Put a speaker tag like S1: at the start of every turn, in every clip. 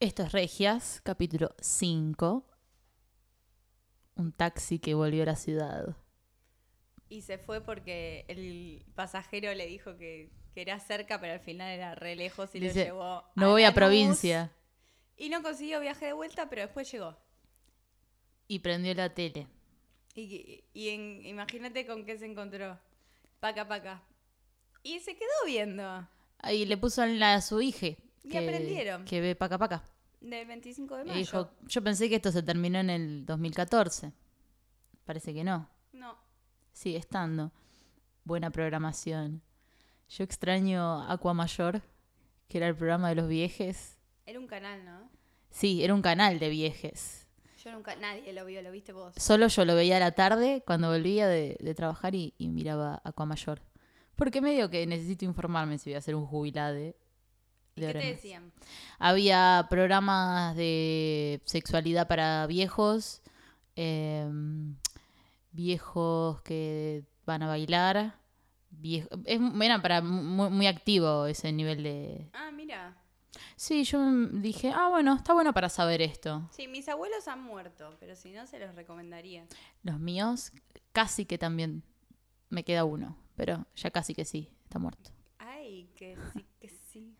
S1: Esto es Regias, capítulo 5. Un taxi que volvió a la ciudad.
S2: Y se fue porque el pasajero le dijo que, que era cerca, pero al final era re lejos y
S1: Dice,
S2: lo llevó.
S1: No voy a
S2: Lanús".
S1: provincia.
S2: Y no consiguió viaje de vuelta, pero después llegó.
S1: Y prendió la tele.
S2: Y, y en- imagínate con qué se encontró. Paca, paca. Y se quedó viendo.
S1: Ahí le puso en la- a su hija.
S2: Y aprendieron.
S1: Que ve paca paca.
S2: Del 25 de
S1: Y
S2: mayo.
S1: dijo, yo pensé que esto se terminó en el 2014. Parece que no.
S2: No.
S1: Sigue estando. Buena programación. Yo extraño Aqua Mayor, que era el programa de los viejes.
S2: Era un canal, ¿no?
S1: Sí, era un canal de viejes.
S2: Yo nunca. Nadie lo vio, lo viste vos.
S1: Solo yo lo veía a la tarde cuando volvía de, de trabajar y, y miraba Aquamayor. Porque medio que necesito informarme si voy a ser un jubilade.
S2: ¿Y
S1: de
S2: qué
S1: ahora en
S2: te
S1: más.
S2: decían?
S1: Había programas de sexualidad para viejos, eh, viejos que van a bailar. Viejo, es, era para muy, muy activo ese nivel de...
S2: Ah, mira.
S1: Sí, yo dije, ah, bueno, está bueno para saber esto.
S2: Sí, mis abuelos han muerto, pero si no, se los recomendaría.
S1: Los míos casi que también me queda uno, pero ya casi que sí, está muerto.
S2: Ay, que sí, que sí.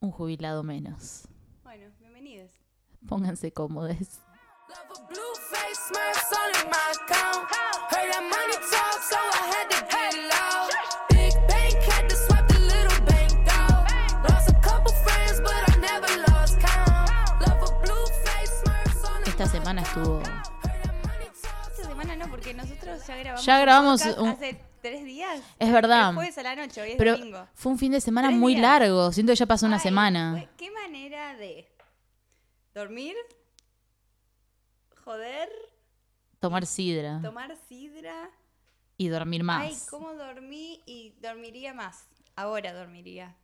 S1: Un jubilado menos.
S2: Bueno, bienvenidos.
S1: Pónganse cómodos.
S3: Love a blue face, smirks all in my account. Heard that money talk, so I had to get low. Big bank had to swipe the little bank though. Lost a couple friends, but I never lost count. Love a blue face, smirks all in
S1: Esta
S3: my
S1: semana estuvo-
S3: account. Heard that money talk, so
S2: Esta Este semana no, porque nosotros ya grabamos.
S1: Ya
S2: un
S1: grabamos
S2: podcast
S1: un-
S2: Hace tres días.
S1: Es
S2: El
S1: verdad.
S2: jueves a la noche, hoy es
S1: Pero
S2: domingo.
S1: fue un fin de semana
S2: Tres
S1: muy
S2: días.
S1: largo. Siento que ya pasó una
S2: Ay,
S1: semana.
S2: fue- ¿Qué manera de dormir, joder,
S1: Tomar sidra
S2: tomar sidra?
S1: y dormir Ah. más.
S2: Ay, cómo dormí y dormiría más. Ahora dormiría.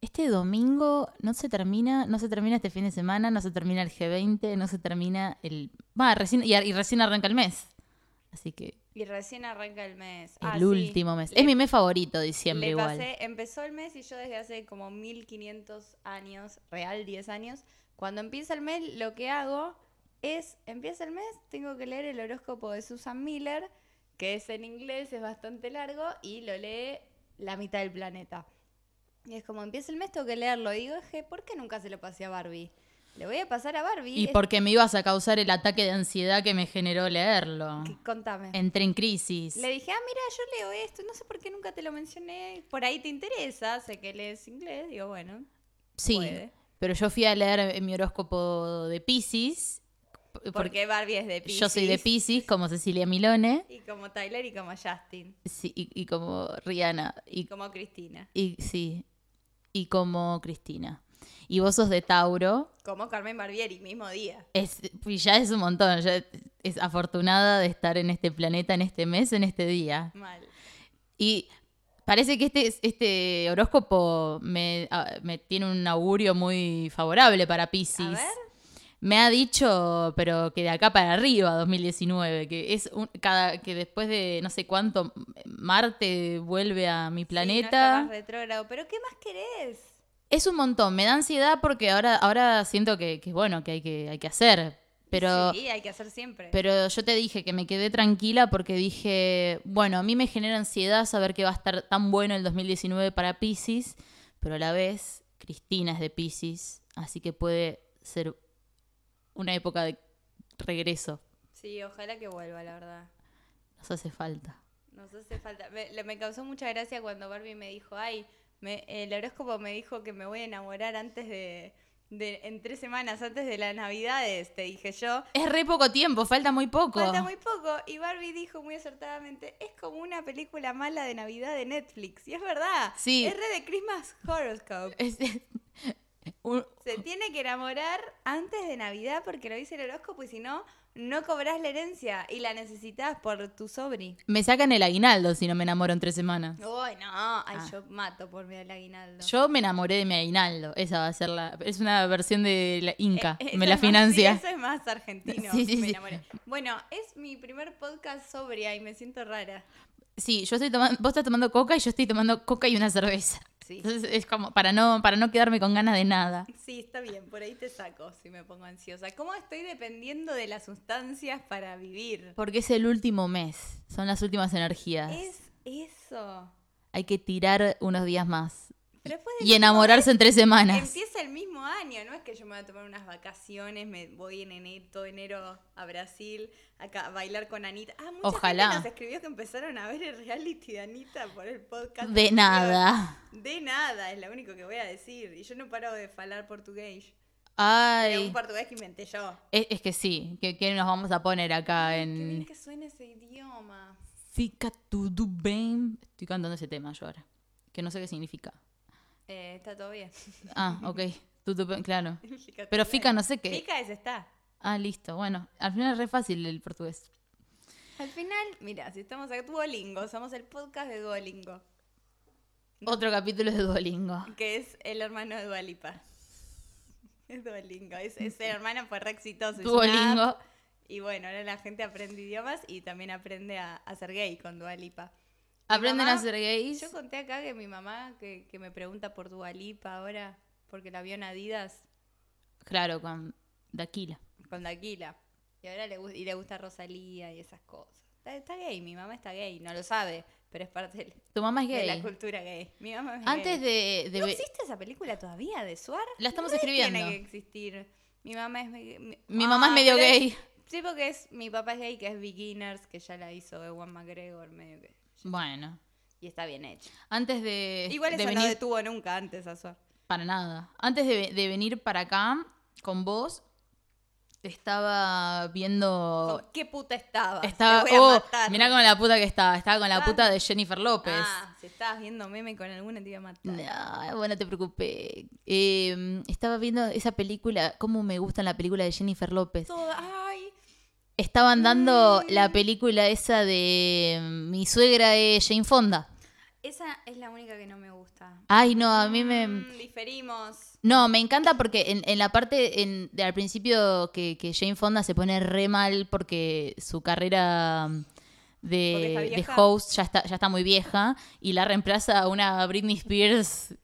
S1: Este domingo no se termina, no se termina este fin de semana, no se termina el G20, no se termina el... Va, recién, y, y recién arranca el mes. Así que
S2: Y recién arranca el mes.
S1: el
S2: Ah, sí.
S1: último mes.
S2: Le-
S1: es mi mes favorito, diciembre
S2: le
S1: igual.
S2: pasé- empezó el mes y yo desde hace como 1500 años, real 10 años, cuando empieza el mes lo que hago es, empieza el mes, tengo que leer el horóscopo de Susan Miller, que es en inglés, es bastante largo, y lo lee la mitad del planeta. Y es como, empieza el mes, tengo que leerlo. Y digo, "Eje, ¿por qué nunca se lo pasé a Barbie? Le voy a pasar a Barbie.
S1: Y
S2: Es-
S1: porque me ibas a causar el ataque de ansiedad que me generó leerlo.
S2: que- contame.
S1: Entré en crisis.
S2: Le dije, ah, mira, yo leo esto, no sé por qué nunca te lo mencioné, por ahí te interesa, sé que lees inglés, digo, bueno,
S1: sí,
S2: puede.
S1: pero yo fui a leer mi horóscopo de Pisces. p-
S2: Porque Barbie es de Pisces.
S1: yo soy de Pisces, como Cecilia Milone
S2: Y como Tyler y como Justin.
S1: sí, y, y como Rihanna.
S2: Y
S1: Y,
S2: como Cristina.
S1: y- sí, y como Cristina. Y vos sos de Tauro.
S2: Como Carmen Barbieri, mismo día.
S1: Es, y ya es un montón. Ya es afortunada de estar en este planeta, en este mes, en este día.
S2: Mal.
S1: Y parece que este, este horóscopo me, ah, me tiene un augurio muy favorable para Pisces.
S2: A ver.
S1: Me ha dicho, pero que de acá para arriba, 2019, que es un- cada que después de no sé cuánto Marte vuelve a mi
S2: Sí, no está
S1: planeta.
S2: más retrógrado. Pero ¿qué más querés?
S1: es un montón, me da ansiedad porque ahora, ahora siento que, que bueno, que hay que, hay que hacer. Pero
S2: Sí, hay que hacer siempre.
S1: pero yo te dije que me quedé tranquila porque dije, bueno, a mí me genera ansiedad saber que va a estar tan bueno el 2019 para Pisces, pero a la vez Cristina es de Pisces, así que puede ser una época de regreso.
S2: Sí, ojalá que vuelva, la verdad.
S1: Nos hace falta.
S2: Nos hace falta. Me, le- me causó mucha gracia cuando Barbie me dijo, ay, me- el horóscopo me dijo que me voy a enamorar antes de... de- en tres semanas antes de las navidades, te dije yo.
S1: Es re poco tiempo, falta muy poco.
S2: Falta muy poco. Y Barbie dijo muy acertadamente, es como una película mala de Navidad de Netflix. Y es verdad.
S1: Sí.
S2: Es re de Christmas Horoscope.
S1: Es- es- un-
S2: Se tiene que enamorar antes de Navidad porque lo dice el horóscopo y si no, no cobrás la herencia y la necesitas por tu sobri.
S1: me sacan el aguinaldo si no me enamoro en tres semanas.
S2: Uy, no. Ay,
S1: Ah.
S2: yo mato por mi el aguinaldo.
S1: Yo me enamoré de mi aguinaldo. Esa va a ser la. Es una versión de la Inca.
S2: Eh,
S1: me la
S2: eso es más-
S1: financia.
S2: sí, eso es más argentino.
S1: Sí, sí,
S2: me
S1: sí.
S2: enamoré. Bueno, es mi primer podcast sobria y me siento rara.
S1: Sí, yo estoy tomando, vos estás tomando coca y yo estoy tomando coca y una cerveza.
S2: Sí.
S1: Entonces es como para no, para no quedarme con ganas de nada.
S2: Sí, está bien, por ahí te saco si me pongo ansiosa. ¿Cómo estoy dependiendo de las sustancias para vivir?
S1: Porque es el último mes, son las últimas energías.
S2: Es eso.
S1: Hay que tirar unos días más
S2: Pero después del
S1: y enamorarse en tres
S2: mismo-
S1: semanas.
S2: Empieza el mismo año, no es que yo me voy a tomar unas vacaciones, me voy en enero, todo enero a Brasil, acá a bailar con Anita. Ah, mucha
S1: Ojalá.
S2: gente nos escribió que empezaron a ver el reality de Anita por el podcast.
S1: De
S2: anterior.
S1: nada.
S2: De nada, es lo único que voy a decir. Y yo no paro de hablar portugués. Era un
S1: Ay.
S2: portugués que inventé yo.
S1: Es, es que sí, que, que nos vamos a poner acá
S2: Qué bien
S1: en...
S2: que suena ese idioma.
S1: Fica tudo bem. Estoy cantando ese tema yo ahora, que no sé qué significa.
S2: Eh, está todo bien.
S1: Ah, ok. Tudo bem, claro.
S2: Fica
S1: Pero
S2: todo bien.
S1: fica no sé qué.
S2: Fica es está.
S1: Ah, listo. Bueno, al final es re fácil el portugués.
S2: Al final, mira, si estamos acá, Duolingo, somos el podcast de Duolingo,
S1: Otro capítulo es de Duolingo.
S2: que es el hermano de Dualipa. Es Duolingo, es, ese hermano fue re exitoso. hizo una
S1: Duolingo.
S2: app, Y bueno, ahora la gente aprende idiomas y también aprende a, a ser gay con Dualipa.
S1: Aprenden a ser gays.
S2: Yo conté acá que mi mamá, que, que me pregunta por Dualipa ahora, porque la vio en Adidas
S1: Claro, con Daquila.
S2: con Daquila. Y ahora le, gu- y le gusta Rosalía y esas cosas. Está, está gay, mi mamá está gay, no lo sabe, pero es parte del-
S1: Tu mamá es
S2: de
S1: gay.
S2: la cultura gay. Mi mamá es
S1: Antes
S2: gay.
S1: de... de-
S2: ¿No existe esa película todavía de Suar?
S1: La estamos
S2: Re
S1: escribiendo.
S2: Tiene que existir. Mi mamá es me- me-
S1: Mi mamá es
S2: Ah,
S1: medio
S2: pero es-
S1: gay.
S2: Sí, porque es mi papá es gay, que es Beginners, que ya la hizo Ewan McGregor, medio que
S1: Bueno.
S2: y está bien hecha.
S1: Antes de...
S2: Igual
S1: de
S2: eso no
S1: venir-
S2: detuvo nunca antes a Suar.
S1: Para nada. Antes de, de venir para acá con vos, estaba viendo.
S2: ¿Con ¿Qué puta estaba?
S1: Oh. Estaba.
S2: Te voy a
S1: oh,
S2: matar.
S1: mirá con la puta que estaba. Estaba con la
S2: Ah.
S1: puta de Jennifer López.
S2: Ah, si estabas viendo meme con alguna te iba a matar.
S1: No, bueno, te preocupes. Eh, estaba viendo esa película. ¿Cómo me gusta la película de Jennifer López?
S2: Todo- ay,
S1: Estaban dando
S2: Mm.
S1: la película esa de mm, mi suegra es Jane Fonda.
S2: esa es la única que no me gusta.
S1: Ay, no, a mí me.
S2: Mm, diferimos.
S1: No, me encanta porque en, en la parte en- de al principio que, que Jane Fonda se pone re mal porque su carrera mm,
S2: Porque está
S1: de, de
S2: vieja.
S1: host ya está, ya está muy vieja y la reemplaza a una Britney Spears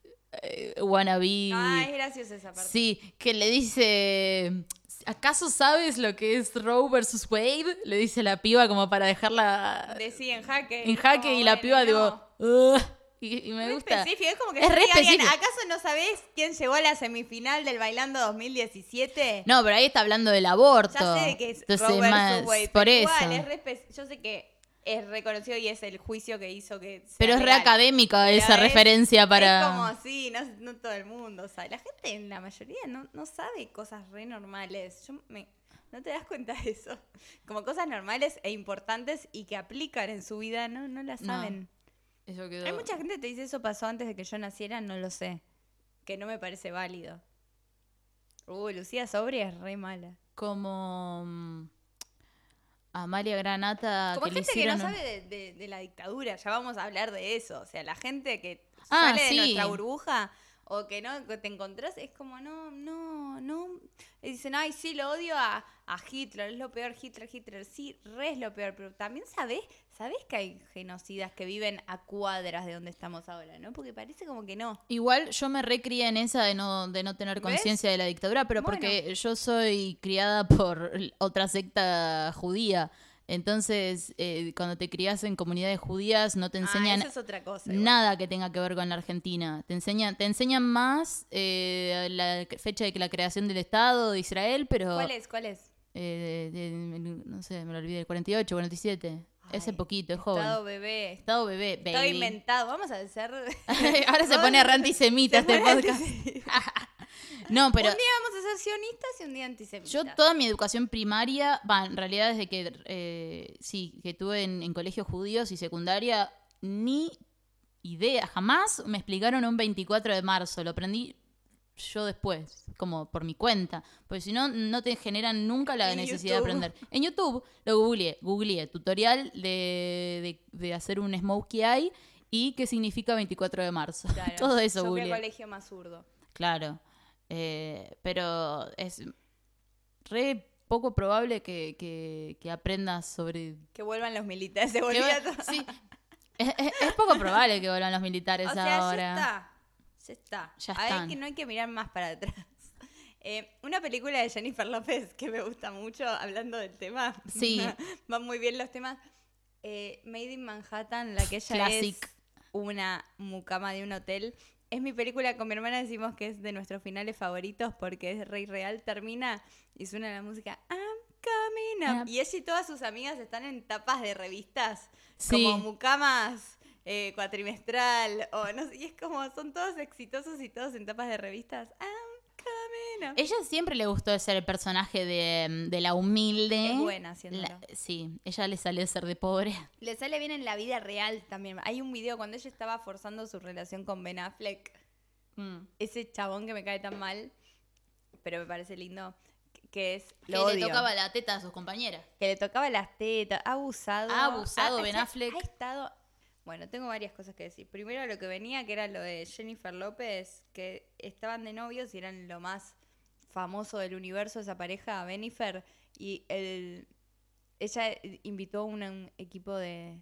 S1: eh, wannabe.
S2: Ay, es graciosa esa parte.
S1: sí, que le dice, ¿acaso sabes lo que es Roe versus Wade? Le dice la piba como para dejarla
S2: De sí, en jaque.
S1: en jaque
S2: Como,
S1: y la
S2: bueno,
S1: piba
S2: no.
S1: digo, "Ugh", y, y me
S2: Muy
S1: gusta.
S2: específico, es como que
S1: Es
S2: yo
S1: re
S2: diga a alguien,
S1: específico.
S2: ¿acaso no sabés quién llegó a la semifinal del Bailando 2017?
S1: No, pero ahí está hablando del aborto.
S2: Ya sé de que es
S1: Entonces,
S2: Roe versus
S1: más-
S2: Wade,
S1: por
S2: pero
S1: eso.
S2: igual, es re espe- yo sé que es reconocido y es el juicio que hizo que sea
S1: pero es re
S2: legal.
S1: académica
S2: Pero
S1: esa
S2: es-
S1: referencia para.
S2: Es como, sí, no, no todo el mundo sabe. La gente, en la mayoría, no, no sabe cosas re normales. Yo me- no te das cuenta de eso. Como cosas normales e importantes y que aplican en su vida, no, no las
S1: No.
S2: saben.
S1: Eso quedó-
S2: Hay mucha gente que te dice eso pasó antes de que yo naciera, no lo sé. Que no me parece válido. Uh, Lucía Sobria es re mala.
S1: como, mm, Amalia Granata.
S2: Como
S1: que le
S2: gente que
S1: hicieron
S2: no
S1: un-
S2: sabe de, de- de la dictadura, ya vamos a hablar de eso. O sea, la gente que
S1: Ah,
S2: sale
S1: sí.
S2: de nuestra burbuja o que no que te encontrás, es como, no, no, no. Y dicen, ay, sí, lo odio a, a Hitler, es lo peor, Hitler, Hitler, sí, re es lo peor. Pero también sabés, sabés que hay genocidas que viven a cuadras de donde estamos ahora, ¿no? Porque parece como que no.
S1: Igual yo me recría en esa de no, de no tener
S2: ¿Ves?
S1: conciencia de la dictadura, pero
S2: Bueno.
S1: porque yo soy criada por otra secta judía. Entonces, eh, cuando te crías en comunidades judías, no te enseñan
S2: Ah, eso es otra cosa. igual.
S1: nada que tenga que ver con la Argentina. Te enseñan, te enseñan más eh, la fecha de la creación del Estado de Israel, pero
S2: ¿Cuál es? ¿Cuál es?
S1: eh, de- de- no sé, me lo olvidé, 48, 47. Ese
S2: Ay,
S1: poquito, es joven.
S2: Estado
S1: Estado,
S2: bebé.
S1: bebé, baby.
S2: Estado inventado. Vamos a hacer.
S1: Ahora se pone re antisemita
S2: Se
S1: este
S2: pone
S1: podcast.
S2: antisemita.
S1: No, pero
S2: un día vamos a ser sionistas y un día antisemitas.
S1: yo toda mi educación primaria, va, en realidad desde que eh, sí, que tuve en, en colegios judíos y secundaria, ni idea, jamás me explicaron un 24 de marzo, lo aprendí yo después, como por mi cuenta, porque si no, no te generan nunca la
S2: En
S1: necesidad
S2: YouTube.
S1: de aprender. En YouTube lo googleé, googleé tutorial de, de- de hacer un smokey eye y qué significa 24 de marzo.
S2: Claro,
S1: Todo eso
S2: Yo fui al
S1: googleé.
S2: colegio más zurdo.
S1: Claro. Eh, pero es re poco probable que, que- que aprendas sobre...
S2: Que vuelvan los militares. Se
S1: que
S2: volvía
S1: va-
S2: todo.
S1: sí. Es, es- es poco probable que vuelvan los militares
S2: O sea,
S1: ahora.
S2: ya está. Ya está.
S1: Ya
S2: Hay
S1: están.
S2: que no hay que mirar más para atrás. Eh, una película de Jennifer López que me gusta mucho, hablando del tema.
S1: Sí.
S2: Van muy bien los temas. Eh, Made in Manhattan, la que ella
S1: Classic.
S2: es una mucama de un hotel. Es mi película, con mi hermana decimos que es de nuestros finales favoritos porque es Rey Real, termina y suena la música I'm coming
S1: Up.
S2: up. Y ella y todas sus amigas están en tapas de revistas
S1: Sí.
S2: como mucamas eh, cuatrimestral o no sé, y es como son todos exitosos y todos en tapas de revistas. I'm coming up.
S1: Ella siempre le gustó ser el personaje de, de la humilde.
S2: Es buena haciéndolo.
S1: La- sí, ella le salió ser de pobre.
S2: Le sale bien en la vida real también. Hay un video cuando ella estaba forzando su relación con Ben Affleck, ese chabón que me cae tan mal, pero me parece lindo, que- que es lo
S1: que Eh, le
S2: odio.
S1: tocaba la teta a sus compañeras.
S2: que le tocaba las tetas, ha abusado.
S1: Ha abusado
S2: Ha-
S1: Ben
S2: ha-
S1: Affleck.
S2: Ha estado. Bueno, tengo varias cosas que decir. Primero lo que venía, que era lo de Jennifer López, que estaban de novios y eran lo más famoso del universo esa pareja, Benifer, y el ella invitó a un, un equipo de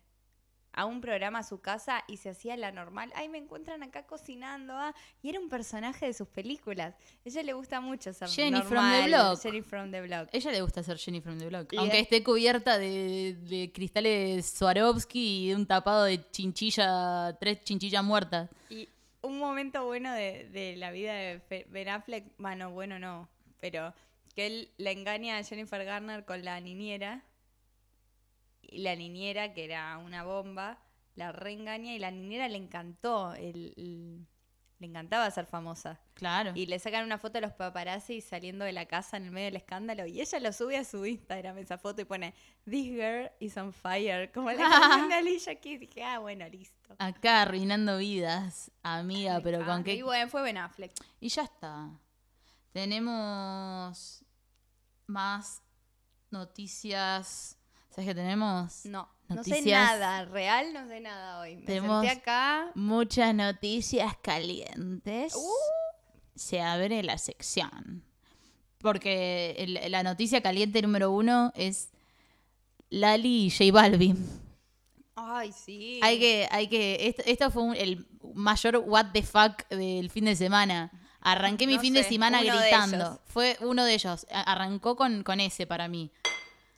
S2: a un programa a su casa y se hacía la normal. Ay, me encuentran acá cocinando, ah", y era un personaje de sus películas. A ella le gusta mucho ser
S1: Jenny from the
S2: normal,
S1: block.
S2: Jenny from the block.
S1: Ella le gusta ser Jenny from the Block.
S2: Y
S1: Aunque
S2: de-
S1: esté cubierta de, de cristales Swarovski y de un tapado de chinchilla, tres chinchillas muertas.
S2: Y un momento bueno de, de la vida de Fe- Ben Affleck, bueno, bueno no, pero que él le engaña a Jennifer Garner con la niñera. Y la niñera, que era una bomba, la reengaña y la niñera le encantó. el- el- le encantaba ser famosa.
S1: Claro.
S2: Y le sacan una foto a los paparazzi saliendo de la casa en el medio del escándalo. Y ella lo sube a su Instagram esa foto y pone, This girl is on fire. Como la canción de Alicia Keys. Dije, ah, bueno, listo.
S1: Acá arruinando vidas, amiga, pero
S2: Ah,
S1: con
S2: Y
S1: qué.
S2: bueno, fue Ben Affleck.
S1: Y ya está. Tenemos más noticias. ¿Sabes qué tenemos?
S2: No, no sé
S1: Noticias.
S2: nada, real no sé nada hoy. Me
S1: Tenemos-
S2: senté acá.
S1: Muchas noticias calientes.
S2: Uh.
S1: Se abre la sección. Porque el- la noticia caliente número uno es Lali y J Balvin.
S2: Ay, sí.
S1: Hay que, hay que, esto, esto fue un- el mayor what the fuck del fin de semana. Arranqué mi
S2: No
S1: fin de
S2: sé,
S1: semana
S2: uno de
S1: gritando.
S2: ellos.
S1: Fue uno de ellos. A- Arrancó con, con ese para mí.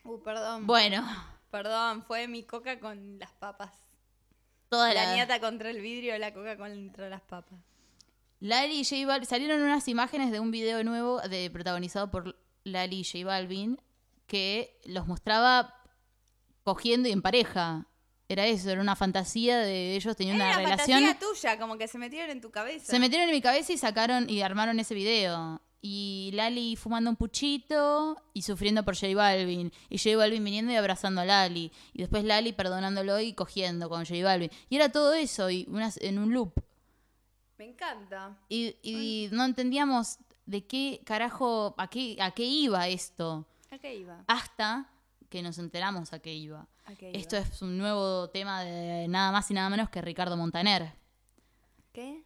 S2: Uh, perdón.
S1: Bueno,
S2: Perdón, fue mi coca con las papas.
S1: toda
S2: La
S1: la,
S2: niata contra el vidrio, la coca contra las papas.
S1: Lali y J Balvin. Salieron unas imágenes de un video nuevo de, protagonizado por Lali y J Balvin que los mostraba cogiendo y en pareja. Era eso, era una fantasía de ellos tenían una,
S2: Era una
S1: relación.
S2: fantasía tuya, como que se metieron en tu cabeza.
S1: Se metieron en mi cabeza y sacaron y armaron ese video. Y Lali fumando un puchito y sufriendo por J Balvin. Y J Balvin viniendo y abrazando a Lali. Y después Lali perdonándolo y cogiendo con J Balvin. Y era todo eso y unas, en un loop.
S2: Me encanta.
S1: Y, y no entendíamos de qué carajo, a qué, a qué iba esto.
S2: ¿A qué iba?
S1: Hasta que nos enteramos a qué iba.
S2: ¿A qué iba?
S1: Esto es un nuevo tema de nada más y nada menos que Ricardo Montaner.
S2: ¿Qué?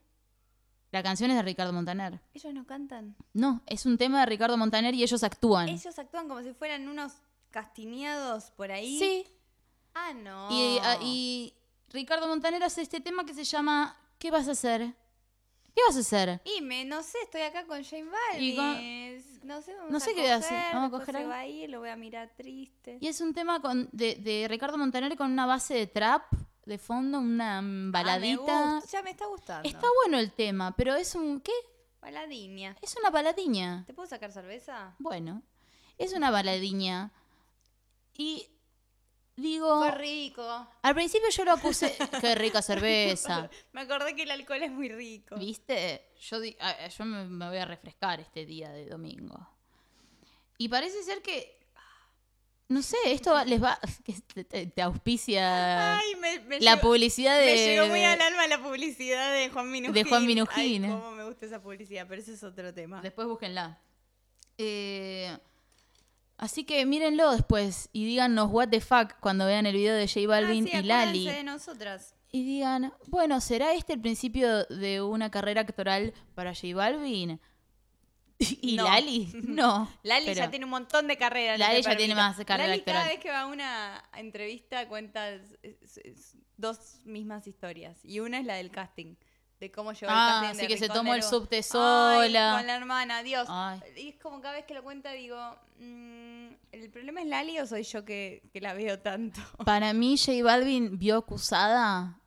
S1: La canción es de Ricardo Montaner.
S2: Ellos no cantan.
S1: No, es un tema de Ricardo Montaner y ellos actúan.
S2: Ellos actúan como si fueran unos castineados por ahí.
S1: Sí.
S2: Ah, no.
S1: Y, a- y Ricardo Montaner hace este tema que se llama ¿Qué vas a hacer? ¿Qué vas a hacer?
S2: Y me, no sé, estoy acá con Jane
S1: Y con-
S2: Balvin. No sé, vamos
S1: No
S2: a
S1: sé qué voy a hacer,
S2: coger,
S1: vamos a
S2: después
S1: coger
S2: se
S1: algo.
S2: va a ir, lo voy a mirar triste.
S1: Y es un tema con- de, de Ricardo Montaner con una base de trap de fondo, una mm,
S2: Ah, me
S1: baladita.
S2: gusta, ya me está gustando.
S1: Está bueno el tema, pero es un ¿qué?
S2: Baladiña.
S1: Es una baladiña.
S2: ¿Te puedo sacar cerveza?
S1: Bueno, es una baladiña. Y digo,
S2: Fue rico.
S1: al principio yo lo acusé, qué rica cerveza.
S2: Me acordé que el alcohol es muy rico.
S1: ¿Viste? Yo, di- a- a- yo me, me voy a refrescar este día de domingo. Y parece ser que. No sé, esto va- les va. que te- te, te auspicia
S2: Ay, me, me
S1: la
S2: llegó-
S1: publicidad de.
S2: Me llegó muy
S1: de-
S2: al alma la publicidad de Juan Minujín.
S1: De Juan Minujín.
S2: Ay, cómo me gusta esa publicidad, pero ese es otro tema.
S1: Después búsquenla. Eh, así que mírenlo después y díganos what the fuck cuando vean el video de J Balvin
S2: Ah, sí,
S1: y
S2: acuérdense
S1: Lali.
S2: de nosotras.
S1: Y digan, bueno, ¿será este el principio de una carrera actoral para J Balvin? ¿Y
S2: No.
S1: Lali? No.
S2: Lali
S1: pero-
S2: ya tiene un montón de carreras. no
S1: Lali
S2: te
S1: ya tiene
S2: permito.
S1: más carrera
S2: Lali cada
S1: actoral.
S2: vez que va a una entrevista cuenta s- s- s- dos mismas historias. Y una es la del casting. De cómo llegó
S1: Ah,
S2: el casting. de
S1: sí, que se
S2: Rincón
S1: tomó
S2: de
S1: el
S2: Lu-
S1: subte
S2: Ay,
S1: sola.
S2: Con la hermana, Dios.
S1: Ay.
S2: Y es como cada vez que lo cuenta digo, mm, ¿el problema es Lali o soy yo que, que la veo tanto?
S1: Para mí, J Balvin vio acusada.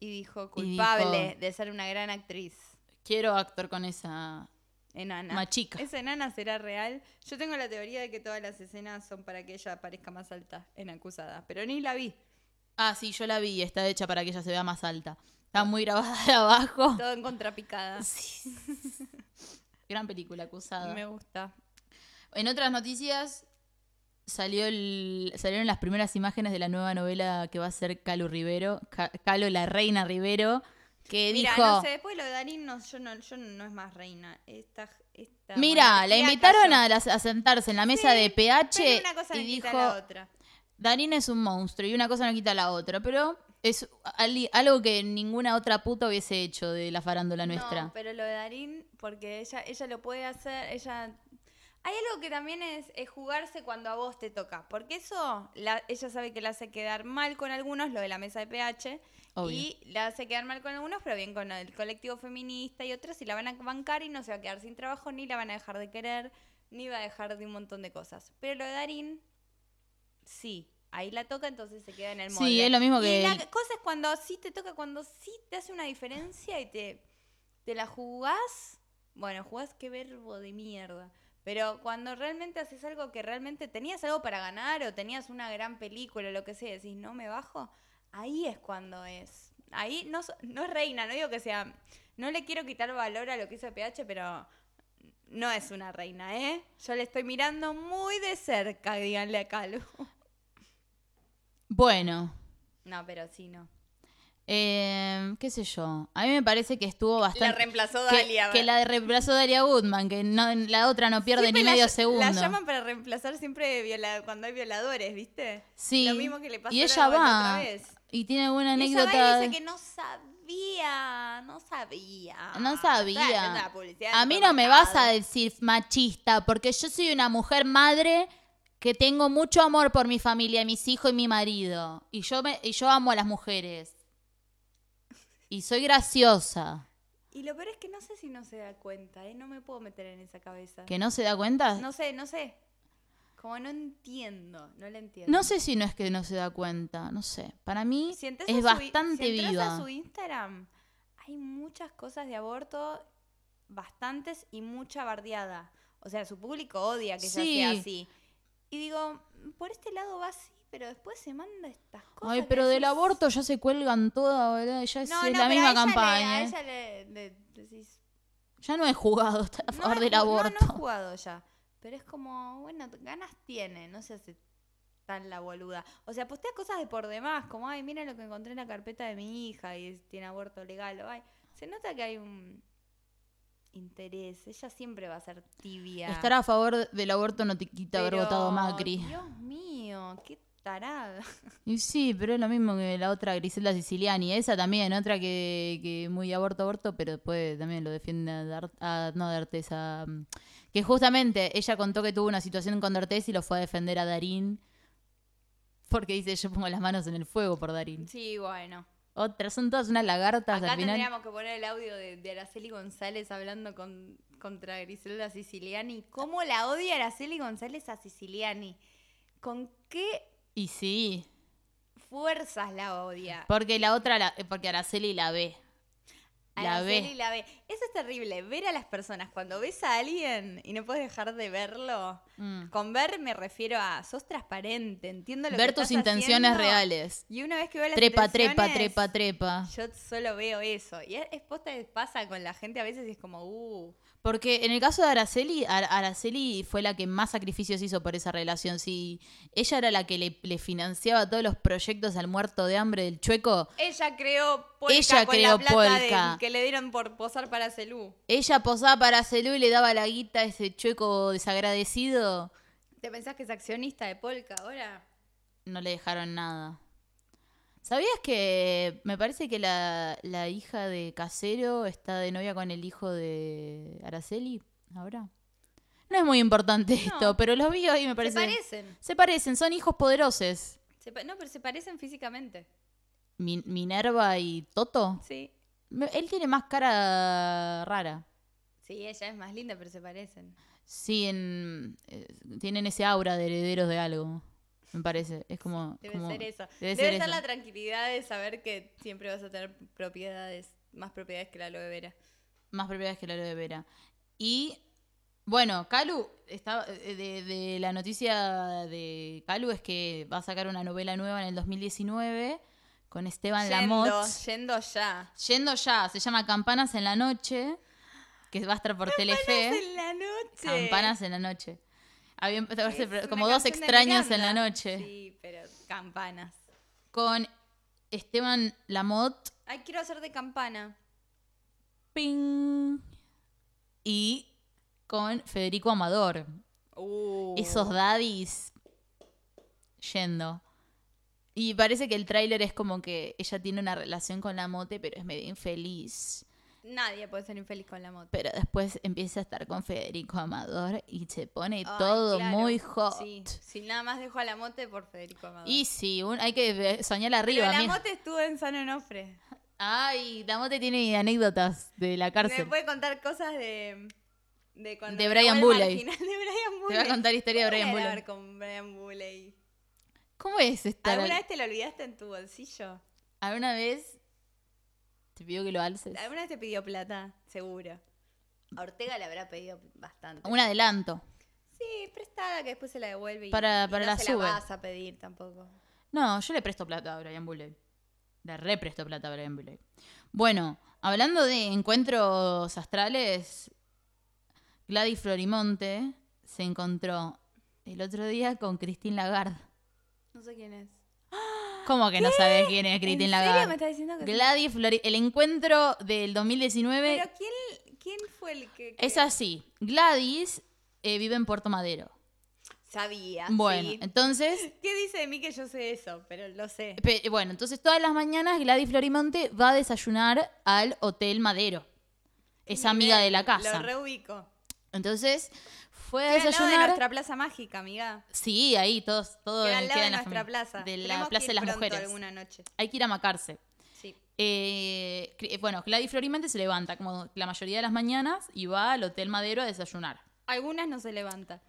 S2: Y dijo, culpable de ser una gran actriz.
S1: Quiero actor con esa.
S2: Enana.
S1: Machica.
S2: ¿Esa enana será real? Yo tengo la teoría de que todas las escenas son para que ella parezca más alta en acusada, pero ni la vi.
S1: Ah, sí, yo la vi. Está hecha para que ella se vea más alta.
S2: Ah.
S1: Está muy grabada de abajo.
S2: Todo en contrapicada.
S1: Sí. Gran película, acusada.
S2: Me gusta.
S1: En otras noticias, salió el- salieron las primeras imágenes de la nueva novela que va a ser Calo Rivero. Ca- Calo, la reina Rivero, que
S2: Mira,
S1: dijo...
S2: no sé, después lo de Darín, no, yo, no, yo no es más reina. Esta, esta
S1: Mira, la
S2: monarquía
S1: invitaron
S2: cayó.
S1: a, las- a sentarse en la mesa
S2: Sí,
S1: de
S2: Pero
S1: PH
S2: una cosa
S1: y
S2: no quita
S1: dijo,
S2: la otra.
S1: Darín es un monstruo y una cosa no quita la otra, pero es ali- algo que ninguna otra puta hubiese hecho de la farándula nuestra.
S2: No, pero lo de Darín, porque ella, ella lo puede hacer, ella... Hay algo que también es, es jugarse cuando a vos te toca, porque eso la- ella sabe que la hace quedar mal con algunos, lo de la mesa de PH,
S1: Obvio.
S2: y la hace quedar mal con algunos, pero bien con el colectivo feminista y otros, y la van a bancar y no se va a quedar sin trabajo, ni la van a dejar de querer, ni va a dejar de un montón de cosas. Pero lo de Darín, sí. Ahí la toca, entonces se queda en el
S1: Sí,
S2: molde.
S1: es lo mismo
S2: Y
S1: que
S2: la
S1: el-
S2: cosa es cuando sí te toca, cuando sí te hace una diferencia y te, te la jugás. Bueno, jugás qué verbo de mierda. Pero cuando realmente haces algo que realmente tenías algo para ganar o tenías una gran película o lo que sea, decís, no me bajo, ahí es cuando es. Ahí no, so- no es reina, no digo que sea. No le quiero quitar valor a lo que hizo PH, pero no es una reina, ¿eh? Yo le estoy mirando muy de cerca, díganle a Calu.
S1: Bueno,
S2: No, pero sí, no.
S1: eh, qué sé yo. A mí me parece que estuvo
S2: La
S1: bastante...
S2: reemplazó
S1: que-
S2: Dalia.
S1: que, la reemplazó Dalia Goodman, que no- la otra no pierde
S2: Siempre
S1: ni
S2: la
S1: medio
S2: ll-
S1: segundo.
S2: La llaman para reemplazar siempre de viola- cuando hay violadores, ¿viste?
S1: Sí.
S2: Lo mismo que le pasó
S1: y
S2: a
S1: ella
S2: Dragon
S1: va
S2: otra vez.
S1: y tiene alguna
S2: Y
S1: anécdota.
S2: Ella va y
S1: de-
S2: dice que no sabía, no sabía.
S1: No
S2: Estaba haciendo
S1: sabía.
S2: la publicidad
S1: A
S2: del
S1: mí no me vas a
S2: supermercado.
S1: decir machista, porque yo soy una mujer madre que tengo mucho amor por mi familia, mis hijos y mi marido. Y yo, me, y yo amo a las mujeres. Y soy graciosa.
S2: Y lo peor es que no sé si no se da cuenta, ¿eh? No me puedo meter en esa cabeza.
S1: ¿Que no se da cuenta? No,
S2: No sé, no sé. Como no entiendo, no la entiendo.
S1: sé si no es que no se da cuenta, no sé. Para mí
S2: Si entras a
S1: es
S2: su-
S1: bastante
S2: si entras
S1: viva.
S2: a su Instagram, hay muchas cosas de aborto, bastantes y mucha bardeada. O sea, su público odia que
S1: Sí.
S2: ella sea así. Y digo, por este lado va así, pero después se manda estas cosas.
S1: Ay,
S2: que
S1: pero del
S2: decís-
S1: aborto ya se cuelgan todas, ¿verdad? Ya es,
S2: No,
S1: es
S2: no,
S1: la
S2: pero
S1: misma
S2: a ella le-
S1: campaña.
S2: a
S1: ¿eh?
S2: ella le- le decís,
S1: Ya no he jugado está a
S2: no
S1: favor
S2: he
S1: del
S2: ju-
S1: aborto.
S2: No, no he jugado ya. Pero es como, bueno, t- ganas tiene, no se hace tan la boluda. O sea, postea cosas de por demás, como, ay, mira lo que encontré en la carpeta de mi hija y es- tiene aborto legal. o, ay, se nota que hay un interés. Ella siempre va a ser tibia.
S1: Estar a favor del aborto no te quita haber
S2: Pero,
S1: votado a Macri.
S2: Dios mío, qué tarada.
S1: Y sí, pero es lo mismo que la otra Griselda Siciliani. Esa también, otra que, que muy aborto, aborto, pero después también lo defiende a, Dar- a- no a D'Artes, a- mm, Que justamente ella contó que tuvo una situación con D'Artes y lo fue a defender a Darín. Porque dice, yo pongo las manos en el fuego por Darín.
S2: Sí, bueno.
S1: Otras, son todas unas lagartas
S2: Acá
S1: al final.
S2: tendríamos que poner el audio de, de Araceli González hablando con, contra Griselda Siciliani. ¿Cómo la odia Araceli González a Siciliani? ¿Con qué
S1: Y sí,
S2: fuerzas la odia?
S1: porque la otra, la- eh, porque Araceli la ve. La
S2: Araceli
S1: ve.
S2: la ve. Eso es terrible, ver a las personas. Cuando ves a alguien y no puedes dejar de verlo,
S1: Mm.
S2: con ver me refiero a sos transparente, entiendo lo
S1: Ver
S2: que
S1: tus
S2: estás
S1: intenciones
S2: haciendo,
S1: reales.
S2: Y una vez que veo las
S1: Trepa, trepa,
S2: intenciones,
S1: trepa, trepa.
S2: Yo solo veo eso. Y es es posta que pasa con la gente a veces y es como, uh.
S1: Porque en el caso de Araceli, Ar- Araceli fue la que más sacrificios hizo por esa relación. Si ella era la que le, le financiaba todos los proyectos al muerto de hambre del chueco,
S2: Ella creó Polka
S1: Ella
S2: con
S1: creó
S2: la plata de-
S1: Polka.
S2: que le dieron por posar para Celú.
S1: ella posaba para Araceli y le daba la guita a ese chueco desagradecido.
S2: ¿Te pensás que es accionista de Polka ahora?
S1: No le dejaron nada. ¿Sabías que me parece que la, la hija de Casero está de novia con el hijo de Araceli? ahora. No es muy importante esto, pero los vi hoy y me
S2: Se
S1: parece.
S2: parecen.
S1: Se parecen, son hijos poderosos.
S2: Se pa- no, pero se parecen físicamente.
S1: Mi- Minerva y Toto.
S2: Sí.
S1: Me- Él tiene más cara rara.
S2: Sí, ella es más linda, pero se parecen.
S1: Sí, en- eh, tienen ese aura de herederos de algo, me parece. Es como...
S2: Debe
S1: como-
S2: ser eso.
S1: debe
S2: Debe,
S1: ser
S2: estar
S1: eso.
S2: la tranquilidad de saber que siempre vas a tener propiedades, más propiedades que la aloe vera.
S1: Más propiedades que la de vera. Y, bueno, Calu, está, eh, de, de la noticia de Calu es que va a sacar una novela nueva en el 2019 con Esteban Lamotte.
S2: Yendo, yendo ya.
S1: Yendo ya, se llama Campanas en la Noche, que va a estar por Telefe.
S2: en la noche.
S1: Campanas en la Noche. Había, em,
S2: Es una
S1: como dos
S2: canción de
S1: extraños en la
S2: Miranda.
S1: noche.
S2: Sí, pero campanas.
S1: Con Esteban Lamotte.
S2: Ay, quiero hacer de campana.
S1: Ping. Y con Federico Amador.
S2: Uh.
S1: Esos daddies yendo. Y parece que el tráiler es como que ella tiene una relación con la mote, pero es medio infeliz.
S2: Nadie puede ser infeliz con la moto.
S1: Pero después empieza a estar con Federico Amador y se pone
S2: Ay,
S1: todo
S2: claro.
S1: muy hot.
S2: Sí, si nada más dejo a la mote por Federico Amador.
S1: Y sí, un- hay que ve- soñar
S2: Pero
S1: arriba.
S2: la
S1: mija.
S2: mote estuvo en San Onofre.
S1: Ay, la mote tiene anécdotas de la cárcel.
S2: Me puede contar cosas de. De, cuando
S1: De
S2: me
S1: Brian
S2: grabó el
S1: Bulley.
S2: marginal De Brian
S1: Te
S2: Bulley.
S1: voy a contar historia de
S2: ¿Cómo
S1: Brian
S2: era
S1: Bulley.
S2: grabar con Brian Bulley?
S1: ¿Cómo es esta?
S2: ¿Alguna vez te lo olvidaste en tu bolsillo?
S1: ¿Alguna vez? Te pido que lo alces.
S2: ¿Alguna vez te pidió plata? Seguro. A Ortega le habrá pedido bastante.
S1: Un adelanto.
S2: Sí, prestada, que después se la devuelve y,
S1: Para-
S2: y
S1: para
S2: no
S1: la
S2: se
S1: sube.
S2: la vas a pedir tampoco.
S1: No, yo le presto plata a Brian Bulley. Le re presto plata a Brian Bulley. Bueno, hablando de encuentros astrales, Gladys Florimonte se encontró el otro día con Christine Lagarde.
S2: No sé quién es.
S1: ¿Cómo que no sabes quién es Christine
S2: ¿En
S1: Lagarde?
S2: serio me estás diciendo que sí?
S1: Gladys Flori- el encuentro del 2019
S2: Pero ¿quién, quién fue el que, que-
S1: es así. Gladys eh, vive en Puerto Madero.
S2: sabía?
S1: Bueno,
S2: Ah, sí.
S1: entonces
S2: ¿Qué dice de mí que yo sé eso? Pero lo sé.
S1: Pe- eh, bueno, entonces todas las mañanas Gladys Florimonte va a desayunar al Hotel Madero. Es amiga de la
S2: Lo
S1: casa.
S2: reubico.
S1: Entonces fue a
S2: Queda al lado de
S1: desayunar.
S2: nuestra plaza mágica, amiga.
S1: Sí, ahí todos, todos
S2: Queda al lado
S1: quedan la
S2: de nuestra
S1: familia.
S2: plaza.
S1: De
S2: Tenemos
S1: la
S2: que
S1: Plaza
S2: ir
S1: de las
S2: pronto
S1: Mujeres.
S2: alguna noche.
S1: Hay que ir a macarse.
S2: Sí.
S1: Eh, cre- bueno, Gladys Florimonte se levanta como la mayoría de las mañanas y va al Hotel Madero a desayunar.
S2: Algunas no se levanta.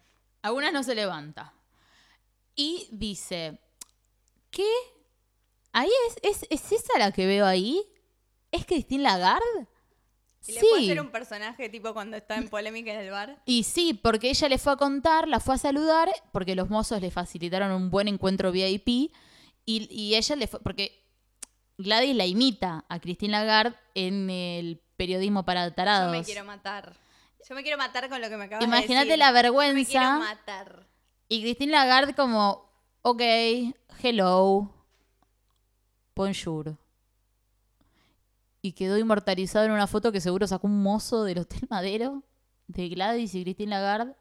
S1: Algunas no se levanta. Y dice, ¿qué? Ahí es, es, ¿es esa la que veo ahí? ¿Es Christine Lagarde?
S2: Y le puede hacer un personaje tipo cuando está en polémica en el bar.
S1: Y sí, porque ella le fue a contar, la fue a saludar, porque los mozos le facilitaron un buen encuentro VIP. Y, y ella le fue. Porque Gladys la imita a Christine Lagarde en el periodismo para
S2: Yo
S1: tarados.
S2: me quiero matar. Yo me quiero matar con lo que me acabas de
S1: Imagínate
S2: decir.
S1: la
S2: Me quiero
S1: vergüenza.
S2: matar.
S1: Y Christine Lagarde, como, ok, hello, bonjour. Y quedó inmortalizado en una foto que seguro sacó un mozo del Hotel Madero de Gladys y Christine Lagarde.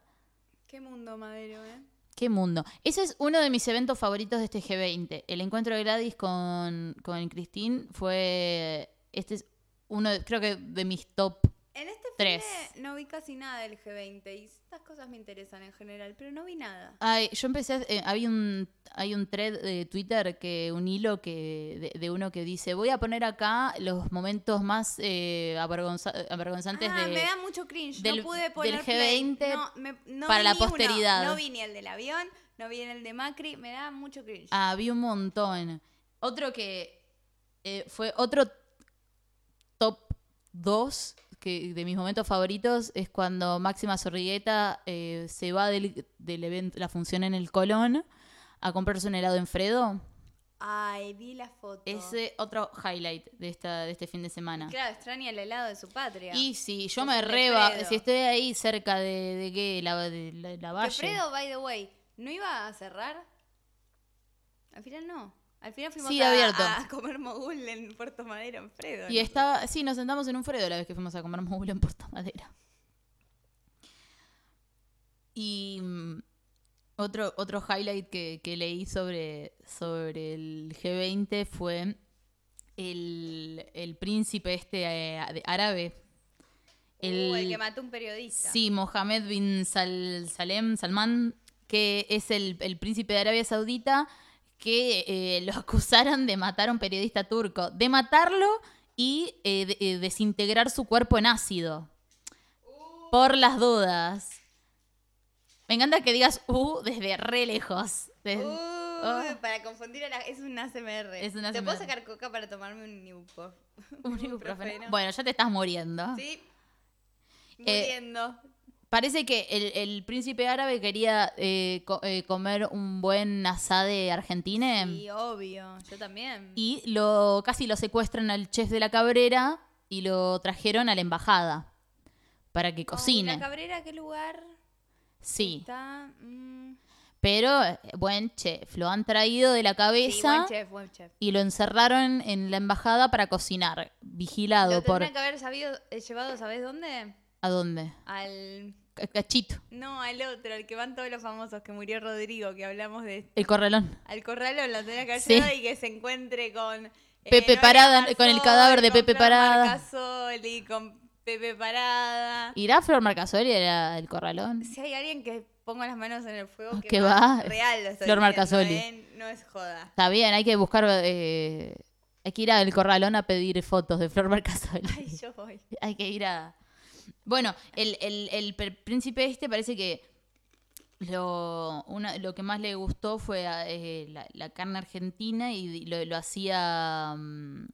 S2: Qué mundo madero, ¿eh?
S1: Qué mundo. Ese es uno de mis eventos favoritos de este G20. El encuentro de Gladys con, con Christine fue. Este es uno, de- creo que de mis top.
S2: En este
S1: Tres.
S2: filme no vi casi nada del G20 y estas cosas me interesan en general, pero no vi nada.
S1: Ay, yo empecé. a- eh, hay, un, hay un thread de Twitter, que un hilo que de, de uno que dice: Voy a poner acá los momentos más eh, avergonza- avergonzantes
S2: Ah,
S1: de.
S2: me da mucho cringe.
S1: del-
S2: no pude
S1: del
S2: poner
S1: G20
S2: play. No, me- no
S1: para
S2: vi
S1: la
S2: ni uno.
S1: posteridad.
S2: No vi ni el del avión, no vi el de Macri. Me da mucho cringe.
S1: Ah, vi un montón. Otro que eh, fue otro top 2 que de mis momentos favoritos es cuando Máxima Zorrigueta eh, se va del, del evento, la función en el Colón, a comprarse un helado en Fredo.
S2: Ay, vi la foto.
S1: Ese otro highlight de, esta, de este fin de semana.
S2: Claro, extraña el helado de su patria.
S1: Y si yo
S2: Es
S1: me
S2: el de
S1: reba,
S2: Fredo.
S1: si estoy ahí cerca de, de qué, la, de la, la
S2: Que
S1: valle.
S2: Fredo, by the way, ¿no iba a cerrar? Al final no. Al final fuimos
S1: Sigue
S2: a,
S1: abierto.
S2: a comer mogul en Puerto Madero, en Fredo.
S1: Y estaba, sí, nos sentamos en un Fredo la vez que fuimos a comer mogul en Puerto Madera. Y mm, otro, otro highlight que, que leí sobre, sobre el G20 fue el, el príncipe este eh, árabe El,
S2: Uh, el que mató un periodista.
S1: Sí, Mohammed bin Sal- Salem, Salman, que es el, el príncipe de Arabia Saudita, que eh, lo acusaron de matar a un periodista turco, de matarlo y eh, de- eh, desintegrar su cuerpo en ácido.
S2: Uh.
S1: Por las dudas. Me encanta que digas uh desde re lejos. Des-
S2: Uh,
S1: Oh.
S2: Para confundir a la. Es un ASMR.
S1: Es un
S2: ¿Te puedo
S1: ASMR.
S2: sacar coca para tomarme un ibuprofeno?
S1: un ibuprofeno. Bueno, ya te estás muriendo.
S2: Sí.
S1: Ah. Eh,
S2: Muriendo.
S1: Parece que el, el príncipe árabe quería eh, co- eh, comer un buen asade argentino.
S2: y obvio. Yo también.
S1: em. y lo casi lo secuestran al chef de la cabrera y lo trajeron a la embajada para que
S2: Oh, ¿La
S1: cocine.
S2: Cabrera qué lugar?
S1: Sí,
S2: Está. Mm.
S1: pero eh, buen chef, lo han traído de la
S2: Sí,
S1: cabeza
S2: buen chef, buen chef.
S1: y lo encerraron en la embajada para cocinar, vigilado
S2: Lo
S1: por
S2: tendrían que haber sabido, eh, llevado, ¿sabes dónde?
S1: ¿a dónde?
S2: Al.
S1: C- Cachito,
S2: No, al otro, al que van todos los famosos, que murió Rodrigo, que hablamos de
S1: el corralón.
S2: al corralón lo tenía que haber
S1: Sí.
S2: llevado y que se encuentre con eh,
S1: Pepe
S2: Nora
S1: Parada, con el cadáver de
S2: con
S1: Pepe
S2: Flor
S1: Parada.
S2: Marcasoli, con Pepe Parada.
S1: ¿Irá Flor Marcasoli era el corralón?
S2: Si hay alguien que ponga las manos en el fuego, que
S1: Que
S2: va.
S1: va,
S2: Real, lo estoy
S1: Flor
S2: diciendo,
S1: Marcasoli.
S2: ¿eh? No es joda.
S1: Está bien, hay que buscar eh, hay que ir al corralón a pedir fotos de Flor Marcasoli.
S2: Ay, yo voy.
S1: Hay que ir a. Bueno, el, el- el pr- príncipe este parece que lo, una- lo que más le gustó fue a- eh, la, la carne argentina y di- lo, lo hacía. mm,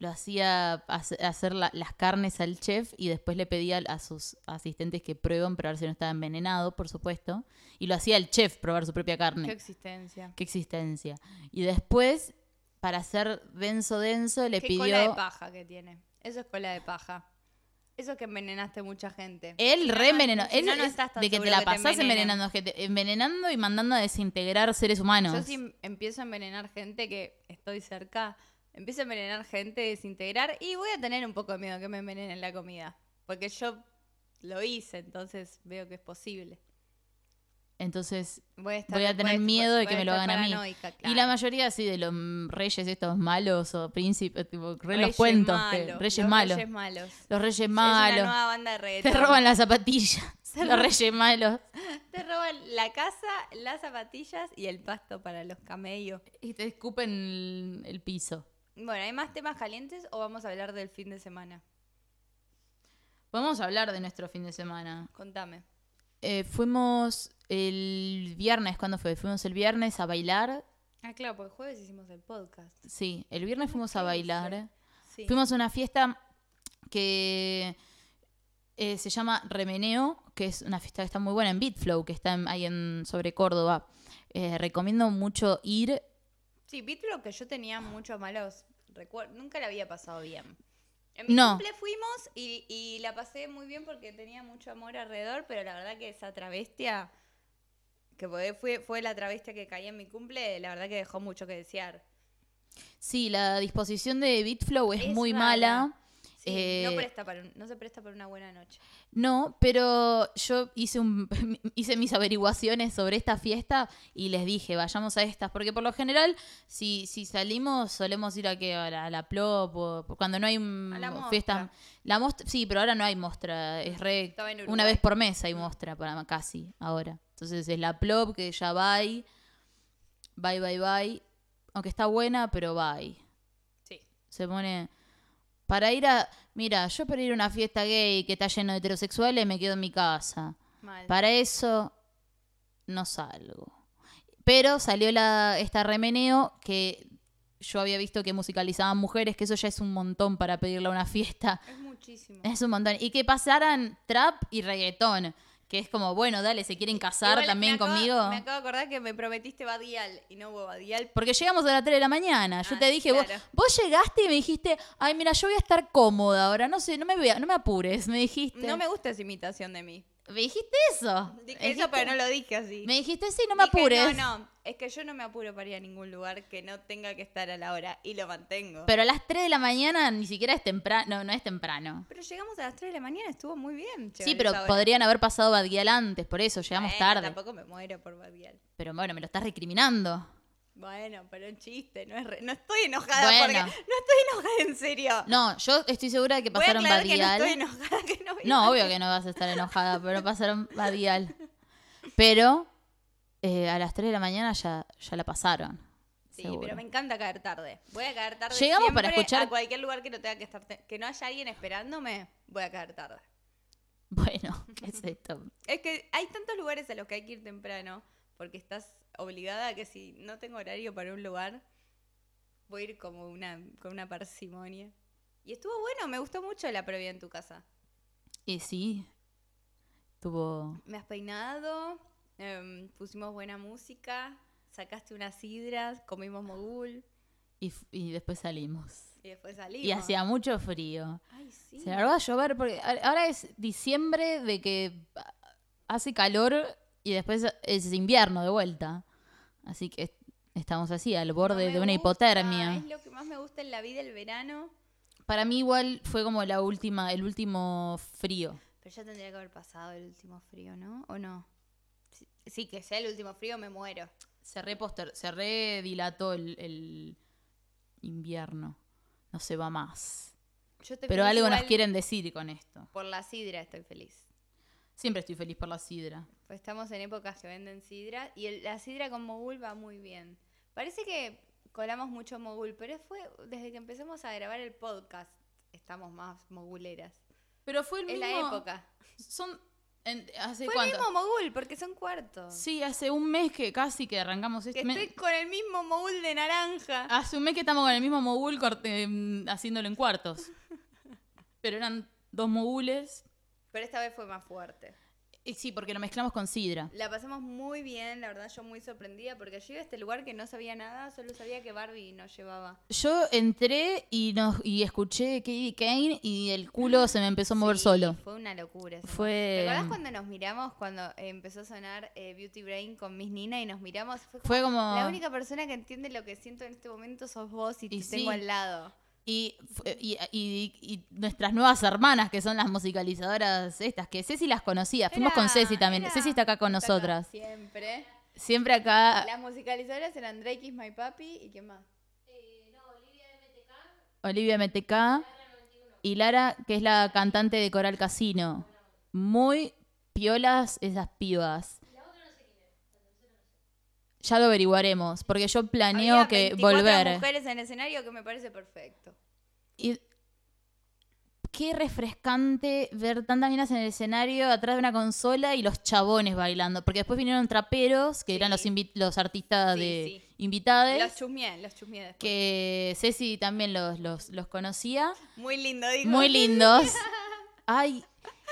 S1: Lo hacía hace- hacer la- las carnes al chef y después le pedía a sus asistentes que prueben para ver si no estaba envenenado, por supuesto. Y lo hacía el chef probar su propia carne
S2: Qué existencia.
S1: qué existencia. Y después, para hacer denso denso, le
S2: Qué
S1: pidió.
S2: cola de paja que tiene. Eso es cola de paja. Eso es que envenenaste mucha gente.
S1: Él
S2: Si no,
S1: re envenenó.
S2: si
S1: Él
S2: no, no
S1: es
S2: estás tan
S1: de que te
S2: seguro
S1: la pasás
S2: envenenen.
S1: envenenando gente. Envenenando y mandando a desintegrar seres humanos.
S2: Yo si empiezo a envenenar gente que estoy cerca, empiezo a envenenar gente, desintegrar y voy a tener un poco de miedo que me envenenen la comida. Porque yo lo hice, entonces veo que es posible.
S1: Entonces.
S2: Voy a, estar-
S1: Voy a tener miedo de que
S2: voy a
S1: me lo
S2: estar
S1: hagan a mí.
S2: paranoica,
S1: Y la
S2: claro.
S1: mayoría así de los mm, reyes estos malos o príncipes, tipo, re los
S2: Reyes
S1: cuentos. que-
S2: malos,
S1: reyes
S2: los
S1: malos.
S2: Reyes malos.
S1: Los reyes
S2: Es una
S1: malos.
S2: nueva banda de
S1: Te
S2: reggaetón.
S1: roban las zapatillas. los reyes malos.
S2: Te roban la casa, las zapatillas y el pasto para los camellos.
S1: Y te escupen el, el piso.
S2: Bueno, ¿hay más temas calientes o vamos a hablar del fin de semana?
S1: Vamos a hablar de nuestro fin de semana.
S2: Contame.
S1: Eh, fuimos el viernes, ¿cuándo fue? Fuimos el viernes a bailar.
S2: Ah, claro, porque jueves hicimos el podcast.
S1: Sí, el viernes fuimos a
S2: ¿Qué
S1: bailar.
S2: hice? Sí.
S1: Fuimos a una fiesta que eh, se llama Remeneo, que es una fiesta que está muy buena en Bitflow, que está en- ahí en, sobre Córdoba. Eh, recomiendo mucho ir.
S2: Sí, viste lo que yo tenía muchos malos recuerdos. Nunca la había pasado bien. En mi
S1: No.
S2: cumple fuimos y, y la pasé muy bien porque tenía mucho amor alrededor, pero la verdad que esa travestia, que fue, fue, fue la travestia que caía en mi cumple, la verdad que dejó mucho que desear.
S1: Sí, la disposición de Bitflow es,
S2: Es
S1: muy
S2: rara.
S1: mala.
S2: Sí, no,
S1: Eh,
S2: presta para un- no se presta para una buena noche.
S1: No, pero yo hice, un, hice mis averiguaciones sobre esta fiesta y les dije, vayamos a estas, porque por lo general, si, si salimos, solemos ir a, que a, la, a la Plop, o- o cuando no hay
S2: A la
S1: mm, fiestas.
S2: mostra.
S1: La mostra, sí, pero ahora no hay mostra, es re,
S2: Estaba en Uruguay.
S1: una vez por mes hay mostra, para, casi, ahora. Entonces es la Plop, que ya bye, bye, bye, bye, aunque está buena, pero bye
S2: Sí.
S1: se pone para ir a mira yo para ir a una fiesta gay que está lleno de heterosexuales me quedo en mi casa
S2: Mal.
S1: para eso no salgo pero salió la esta remeneo que yo había visto que musicalizaban mujeres que eso ya es un montón para pedirle a una fiesta
S2: es muchísimo.
S1: es un montón y que pasaran trap y reggaetón que es como bueno dale se quieren casar
S2: Igual
S1: también
S2: me acabo-
S1: conmigo
S2: Me acabo de acordar que me prometiste Badial y no hubo Badial.
S1: porque llegamos a las 3 de la mañana. Yo
S2: Ah,
S1: te dije, vos-
S2: claro.
S1: vos, llegaste y me dijiste, ay, mira, yo voy a estar cómoda ahora, no sé, no me, vea- no me apures, me dijiste.
S2: No me gusta esa imitación de mí.
S1: ¿Me dijiste eso?
S2: Dije
S1: Me
S2: eso, pero
S1: dijiste-
S2: no lo dije así.
S1: Me dijiste, sí, no me
S2: Dije,
S1: apures.
S2: No, no, es que yo no me apuro para ir a ningún lugar que no tenga que estar a la hora y lo mantengo. Pero,
S1: Pero a las 3 de la mañana ni siquiera es temprano, no, no es temprano.
S2: llegamos a las 3 de la mañana, estuvo muy bien. llegar
S1: Sí,
S2: a
S1: pero
S2: esa hora.
S1: podrían haber pasado Badguial antes, por eso llegamos
S2: Bueno,
S1: tarde.
S2: Tampoco me muero por Badial.
S1: Pero bueno, me lo estás recriminando.
S2: Bueno, pero un chiste, no, es re- no estoy enojada
S1: Bueno.
S2: porque. No estoy enojada, en serio.
S1: No, yo estoy segura de que
S2: Voy a
S1: pasaron
S2: aclarar que no
S1: Badial.
S2: estoy enojada, que no vi
S1: No,
S2: mal.
S1: obvio que no vas a estar enojada, pero pasaron Badial. Pero eh, a las 3 de la mañana ya, ya la pasaron.
S2: Sí,
S1: seguro.
S2: pero me encanta caer tarde. Voy a caer tarde.
S1: Llegamos para
S2: siempre
S1: escuchar-
S2: A cualquier lugar que no tenga que estar. te- Que no haya alguien esperándome, voy a caer tarde.
S1: Bueno, ¿qué es esto?
S2: Es que hay tantos lugares a los que hay que ir temprano, porque estás obligada a que si no tengo horario para un lugar, voy a ir como una, con una parsimonia. Y estuvo bueno, me gustó mucho la previa en tu casa.
S1: Y sí, tuvo...
S2: Me has peinado, em, pusimos buena música, sacaste unas sidras, comimos mogul
S1: Y, f- y después salimos.
S2: y después salimos.
S1: Y hacía mucho frío.
S2: Ay, sí.
S1: Se largó a llover porque a- ahora es diciembre de que hace calor y después es invierno de vuelta. Así que est- estamos así, al
S2: No
S1: borde
S2: me
S1: de una
S2: gusta,
S1: hipotermia.
S2: Es lo que más me gusta en la vida el verano,
S1: Para mí igual fue como la última, el último frío.
S2: pero ya tendría que haber pasado el último frío, ¿no? ¿O no? Sí, sí, que sea el último frío me muero.
S1: Se reposter, se redilató el, el invierno. No se va más.
S2: Yo estoy
S1: Pero
S2: feliz
S1: algo nos
S2: igual
S1: quieren decir con esto.
S2: Por la sidra estoy feliz.
S1: Siempre estoy feliz por la sidra.
S2: Pues estamos en épocas que venden sidra y el- la sidra con mogul va muy bien. Parece que colamos mucho mogul, pero fue desde que empezamos a grabar el podcast estamos más moguleras.
S1: Pero fue el
S2: Es
S1: mismo.
S2: la época.
S1: Son. en- ¿Hace
S2: Fue
S1: cuánto?
S2: el mismo mogul porque son cuartos.
S1: Sí, hace un mes que casi que arrancamos
S2: que
S1: este.
S2: estoy con el mismo mogul de naranja.
S1: Hace un mes que estamos con el mismo mogul cort- em, haciéndolo en cuartos. Pero eran dos mogules.
S2: Pero esta vez fue más fuerte.
S1: Y sí, porque lo mezclamos con sidra.
S2: La pasamos muy bien, la verdad yo muy sorprendida porque yo iba a este lugar que no sabía nada, solo sabía que Barbie no llevaba.
S1: Yo entré y, nos, y escuché Katie Kane y el culo se me empezó a mover
S2: Sí,
S1: solo.
S2: Fue una locura. esa
S1: Fue-
S2: noche. ¿Te acordás cuando nos miramos, cuando empezó a sonar eh, Beauty Brain con Miss Nina y nos miramos? Fue como,
S1: Fue como...
S2: la única persona que entiende lo que siento en este momento sos vos y te
S1: Y sí.
S2: tengo al lado.
S1: Y, fue- y- y- y nuestras nuevas hermanas, que son las musicalizadoras estas, que Ceci las conocía. Fuimos
S2: Era-
S1: con Ceci también.
S2: era-
S1: Ceci está acá con
S2: está acá
S1: nosotras. Ah.
S2: siempre.
S1: Siempre acá
S2: Las musicalizadoras eran Drake is my papi y quién más.
S1: Olivia MTK y Lara, que es la cantante de Coral Casino. Muy piolas esas pibas. Ya lo averiguaremos, porque yo planeo
S2: Había
S1: que
S2: 24
S1: volver.
S2: mujeres en el escenario que me parece perfecto.
S1: Y qué refrescante ver tantas minas en el escenario atrás de una consola y los chabones bailando. Porque después vinieron traperos, que eran los,
S2: Sí.
S1: invi- los artistas
S2: Sí,
S1: de
S2: sí.
S1: invitados,
S2: Los chusmié, los chusmié después.
S1: que Ceci también los, los, los conocía.
S2: Muy lindo, digo.
S1: Muy lindos. Ay,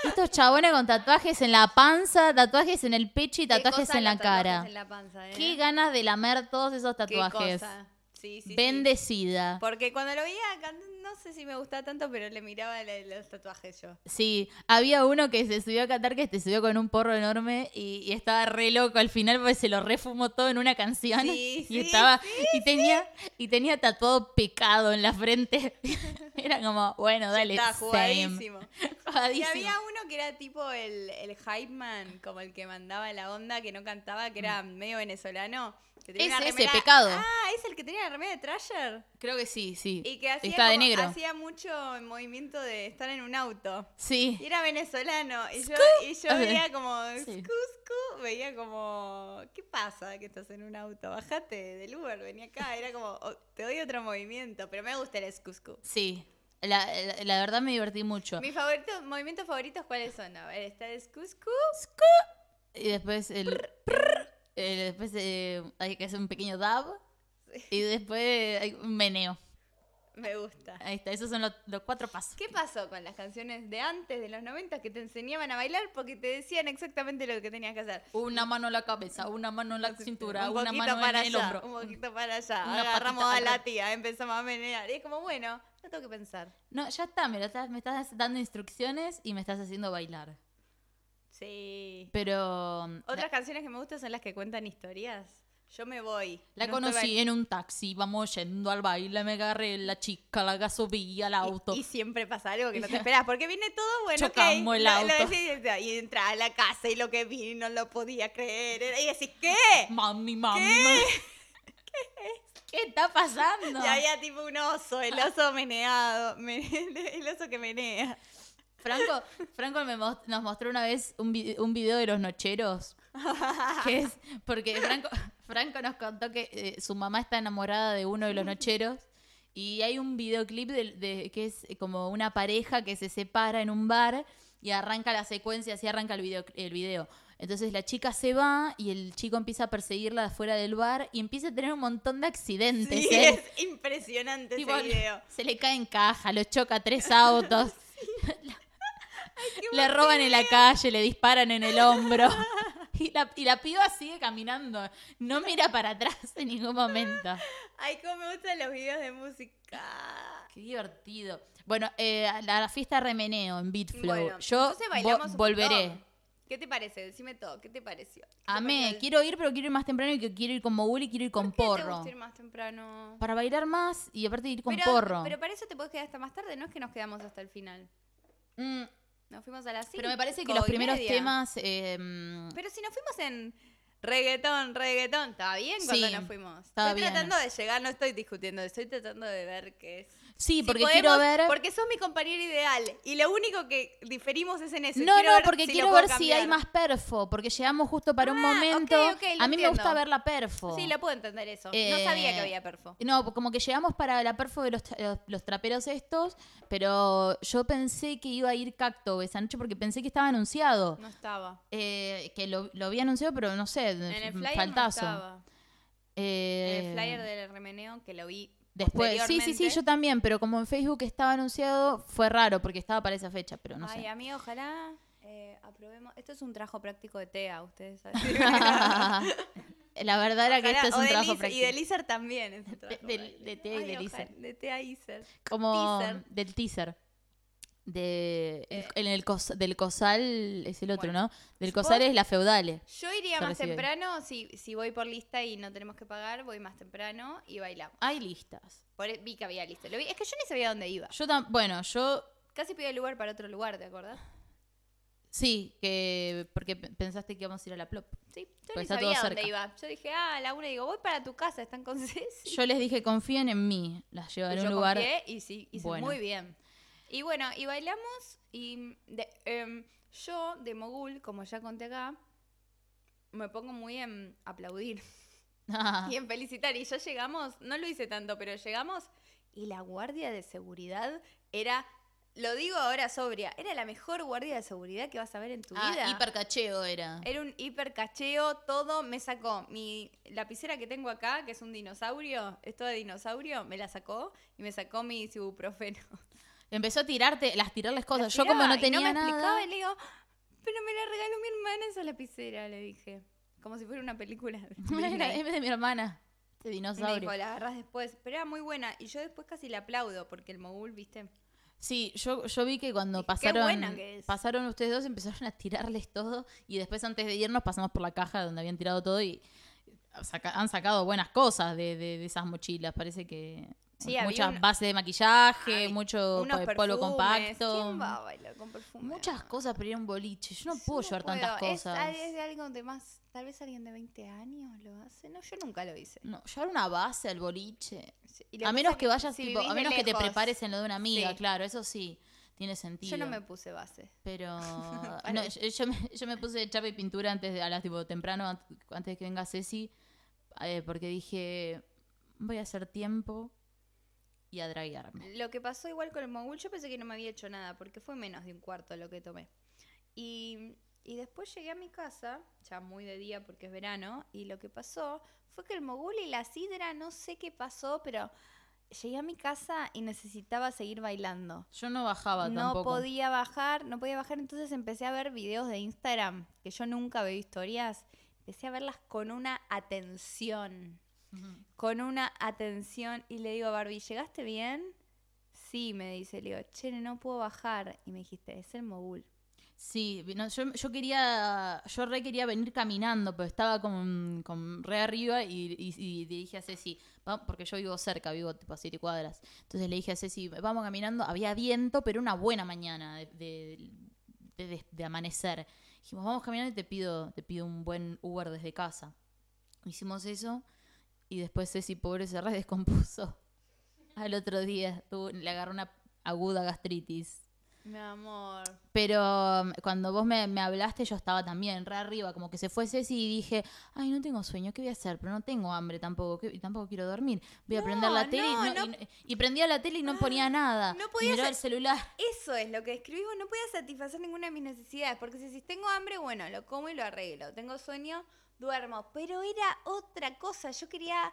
S1: estos chabones con tatuajes en la panza, tatuajes en el pecho y
S2: Qué
S1: tatuajes
S2: cosa
S1: en la
S2: los tatuajes
S1: cara.
S2: en la panza, ¿eh?
S1: Qué ganas de lamer todos esos
S2: Qué
S1: tatuajes.
S2: cosa. Sí, sí, sí.
S1: Bendecida.
S2: Porque cuando lo veía, acá, no sé si me gustaba tanto, pero le miraba la- los tatuajes yo.
S1: Sí, había uno que se subió a Qatar que se subió con un porro enorme y, y estaba re loco al final porque se lo refumó todo en una canción
S2: Sí,
S1: y
S2: sí,
S1: estaba y tenía y tenía tatuado pecado en la frente. Era como, bueno, dale,
S2: Estaba
S1: same.
S2: jugadísimo. Y
S1: Jugadísimo.
S2: había uno que era tipo el, el hype man, como el que mandaba la onda, que no cantaba, que era medio venezolano. Que tenía
S1: Mm. Es
S2: una
S1: ese,
S2: remera-
S1: Pecado.
S2: Ah, es el que tenía la remera de Trasher.
S1: Creo que sí, sí.
S2: Y que hacía,
S1: Está de
S2: como-
S1: negro.
S2: hacía mucho movimiento de estar en un auto.
S1: Sí.
S2: Y era venezolano. Y yo, y yo
S1: Ajá.
S2: veía como.
S1: Ah, Sí.
S2: "Scu, scu", Veía como. ¿Qué pasa que estás en un auto? Bajate del Uber, vení acá. Era como. "Oh, te doy otro movimiento. Pero me gusta el escuscu.
S1: Sí, la, la- la verdad me divertí mucho.
S2: Mis favoritos, movimientos favoritos, ¿cuáles son? A ver, está el escuscu.
S1: Y después el... el- después eh, hay que hacer un pequeño dab. Y después hay un meneo.
S2: Me gusta.
S1: Ahí está, esos son los, los cuatro pasos.
S2: ¿Qué pasó con las canciones de antes, de los 90, que te enseñaban a bailar porque te decían exactamente lo que tenías que hacer?
S1: Una mano en la cabeza, una mano en la cintura,
S2: un
S1: una
S2: poquito
S1: mano en
S2: para
S1: el
S2: allá,
S1: hombro.
S2: Un poquito para allá.
S1: Una
S2: Agarramos
S1: patita
S2: a la
S1: para-
S2: tía, empezamos a menear. Y es como, bueno, no tengo que pensar.
S1: No, ya está, me, lo estás, me estás dando instrucciones y me estás haciendo bailar.
S2: Sí.
S1: Pero um,
S2: Otras
S1: la,
S2: canciones que me gustan son las que cuentan historias. Yo me voy.
S1: la
S2: No estoy
S1: conocí en un taxi, vamos yendo al baile, me agarré la chica, la gasolina, el
S2: bail-
S1: auto.
S2: Y, y siempre pasa algo que no te esperas, porque viene todo bueno. ok,
S1: Chocamos el
S2: lo- lo
S1: auto.
S2: decís, y entra a la casa y lo que vi no lo podía creer. Y decís, ¿qué?
S1: Mami, mami,
S2: ¿Qué?
S1: mami. ¿Qué está pasando?
S2: Y había tipo un oso, el oso meneado, me- el oso que menea.
S1: Franco, Franco me mos- nos mostró una vez un, vi- un video de los nocheros. Que es porque Franco, Franco nos contó que eh, su mamá está enamorada de uno de los nocheros. Y hay un videoclip de, de- que es eh, como una pareja que se separa en un bar y arranca la secuencia, así arranca el video, el video. Entonces la chica se va y el chico empieza a perseguirla afuera del bar y empieza a tener un montón de accidentes.
S2: Sí,
S1: ¿eh?
S2: es impresionante
S1: Tipo,
S2: ese video.
S1: Se le cae en caja, lo choca tres autos. le roban en la calle, le disparan en el hombro. Y la, y la piba sigue caminando. No mira para atrás en ningún momento.
S2: Ay, cómo me gustan los videos de música.
S1: Qué divertido. Bueno, eh, la fiesta remeneo en Beatflow.
S2: Bueno,
S1: Yo
S2: entonces
S1: vo-
S2: bailamos un
S1: volveré.
S2: montón. ¿Qué te parece? Decime todo, ¿qué te pareció? ¿Qué te
S1: Amé,
S2: pareció?
S1: quiero ir, pero quiero ir más temprano y que quiero ir con Mogul y quiero ir con
S2: ¿Por qué te
S1: porro.
S2: gusta ir más temprano?
S1: Para bailar más y aparte ir con
S2: pero,
S1: porro.
S2: Pero para eso te puedes quedar hasta más tarde, no es que nos quedamos hasta el final.
S1: Mm,
S2: Nos fuimos a las 5.
S1: pero me parece que los primeros temas. eh, mm,
S2: Pero si nos fuimos en reggaetón, reggaetón, estaba bien cuando
S1: Sí,
S2: nos fuimos.
S1: estaba
S2: Estoy
S1: bien.
S2: tratando de llegar, no estoy discutiendo, estoy tratando de ver qué es.
S1: sí,
S2: Si
S1: porque
S2: podemos,
S1: quiero ver.
S2: Porque sos mi compañero ideal y lo único que diferimos es en eso.
S1: No,
S2: Quiero
S1: no,
S2: ver
S1: porque
S2: si lo
S1: quiero
S2: puedo
S1: ver si hay
S2: cambiar.
S1: más perfo, porque llegamos justo para un
S2: Ah, ok,
S1: momento.
S2: ok, lo
S1: a mí me gusta
S2: entiendo.
S1: ver la perfo.
S2: Sí, lo puedo entender eso.
S1: Eh,
S2: No sabía que había perfo.
S1: No, como que llegamos para la perfo de los, tra- los- los traperos estos, pero yo pensé que iba a ir Cacto esa noche porque pensé que estaba anunciado.
S2: No estaba.
S1: Eh, que lo, lo había anunciado, pero no sé,
S2: En el flyer
S1: faltazo.
S2: no estaba.
S1: Eh,
S2: En el flyer del remeneo que lo vi.
S1: Después, sí, sí, sí, yo también, pero como en Facebook estaba anunciado, fue raro porque estaba para esa fecha, pero no
S2: Ay,
S1: sé.
S2: amigo, ojalá eh, aprobemos. Esto es un trabajo práctico de TEA, ustedes saben.
S1: la verdad era que
S2: ah.
S1: esto
S2: Ojalá,
S1: es
S2: o
S1: un
S2: de
S1: trabajo
S2: Lizer- Y
S1: práctico.
S2: de Lizard también. es un trabajo
S1: de-
S2: práctico.
S1: de Thea y
S2: Ay,
S1: de
S2: ojalá,
S1: Lizard.
S2: De Thea y Lizard.
S1: como
S2: Teaser. Eh,
S1: del teaser de el- en el cos- del cosal es el otro
S2: Bueno.
S1: no del cosal
S2: Vos-
S1: es la feudale
S2: Yo iría
S1: Se
S2: más
S1: recibe.
S2: temprano, si, si voy por lista y no tenemos que pagar, voy más temprano y bailamos.
S1: hay listas
S2: Por, e, vi que había lista. Lo vi- es que yo ni sabía dónde iba.
S1: yo tam- bueno yo
S2: Casi pedí el lugar para otro lugar, ¿te acordás?
S1: sí que porque pe- pensaste que íbamos a ir a la plop
S2: Sí, yo
S1: Pues
S2: ni
S1: está todo
S2: sabía dónde
S1: cerca.
S2: iba. Yo dije, ah, a la una, y digo, voy para tu casa, están con Ceci.
S1: yo les dije confíen en mí las llevaré a
S2: Y
S1: un
S2: yo
S1: lugar
S2: confié y sí, hice
S1: bueno.
S2: muy bien. Y bueno, y bailamos y de- em, yo de Mogul, como ya conté acá, me pongo muy en aplaudir
S1: Ah,
S2: y en felicitar. Y ya llegamos, no lo hice tanto, pero llegamos y la guardia de seguridad era, lo digo ahora sobria, era la mejor guardia de seguridad que vas a ver en tu vida. Eh,
S1: ah, hipercacheo era
S2: Era un hipercacheo, todo me sacó. Mi lapicera que tengo acá, que es un dinosaurio, es toda de dinosaurio, me la sacó y me sacó mis ibuprofeno.
S1: empezó a tirarte las tirarles cosas
S2: Las
S1: yo como
S2: tiraba
S1: no
S2: y
S1: tenía
S2: no me explicaba
S1: nada
S2: y le digo, pero me la regaló mi hermana esa lapicera, le dije. Como si fuera una película. de
S1: Era-
S2: Disney.
S1: es de mi hermana de
S2: Y me dijo,
S1: dinosaurio
S2: la agarrás después. Pero era muy buena. Y yo después casi la aplaudo porque el mogul, viste.
S1: Sí, yo, yo vi que cuando
S2: Qué
S1: pasaron,
S2: buena que es.
S1: pasaron ustedes dos empezaron a tirarles todo y después antes de irnos pasamos por la caja donde habían tirado todo y saca- han sacado buenas cosas de, de- de esas mochilas. Parece que mu-
S2: Sí, había
S1: muchas
S2: un-
S1: bases de maquillaje,
S2: Ay,
S1: mucho
S2: unos
S1: po- Oh, polvo
S2: perfumes.
S1: compacto,
S2: ¿Quién va a bailar con perfume?
S1: muchas cosas pero era un boliche. Yo no
S2: Yo
S1: puedo llevar tantas
S2: puedo. Es-
S1: cosas.
S2: Es, de algo de más. Tal vez alguien de 20 años lo hace. No, yo nunca lo hice.
S1: No, llevar una base al boliche.
S2: Sí, y
S1: A
S2: la cosa
S1: menos
S2: es
S1: que vayas,
S2: si
S1: tipo, a
S2: vivís de
S1: menos que te
S2: lejos.
S1: prepares en lo de una amiga,
S2: Sí.
S1: claro, eso sí, tiene sentido.
S2: Yo no me puse base.
S1: Pero no, yo, yo me, yo me puse chapa y pintura antes de, a las tipo temprano, an- antes de que venga Ceci, eh, porque dije, voy a hacer tiempo y a draguearme.
S2: Lo que pasó igual con el mogul, yo pensé que no me había hecho nada, porque fue menos de un cuarto lo que tomé. Y, y después llegué a mi casa, ya muy de día porque es verano, y lo que pasó fue que el mogul y la sidra, no sé qué pasó, pero llegué a mi casa y necesitaba seguir bailando.
S1: Yo no bajaba
S2: no
S1: tampoco.
S2: podía bajar, no podía bajar, entonces empecé a ver videos de Instagram, que yo nunca veo historias, empecé a verlas con una atención,
S1: Ujú.
S2: con una atención, y le digo a Barbie, ¿llegaste bien? Sí, me dice, le digo, che, no puedo bajar, y me dijiste, es el mogul.
S1: Sí, vi- no, yo, yo quería, yo re quería venir caminando, pero estaba con, con re arriba y, y- y le dije a Ceci, va- porque yo vivo cerca, vivo tipo a siete cuadras, entonces le dije a Ceci, vamos caminando, había viento, pero una buena mañana de, de- de- de- de amanecer. Dijimos, vamos caminando y te pido, te pido un buen Uber desde casa. Hicimos eso y después Ceci pobre se redescompuso. Al otro día tuvo- le agarró una aguda gastritis.
S2: Mi amor.
S1: Pero um, cuando vos me, me hablaste, yo estaba también re arriba, como que se fue Ceci y dije, ay, no tengo sueño, ¿qué voy a hacer? Pero no tengo hambre tampoco, ¿qué- y tampoco quiero dormir. Voy a
S2: No,
S1: prender la tele y
S2: no,
S1: no- y,
S2: no.
S1: no- y prendía la tele y no ponía nada.
S2: no
S1: Y
S2: podías
S1: miraba
S2: hacer-
S1: el celular.
S2: Eso es lo que escribís, vos no podía satisfacer ninguna de mis necesidades, porque si, si tengo hambre, bueno, lo como y lo arreglo. Tengo sueño, duermo. Pero era otra cosa, yo quería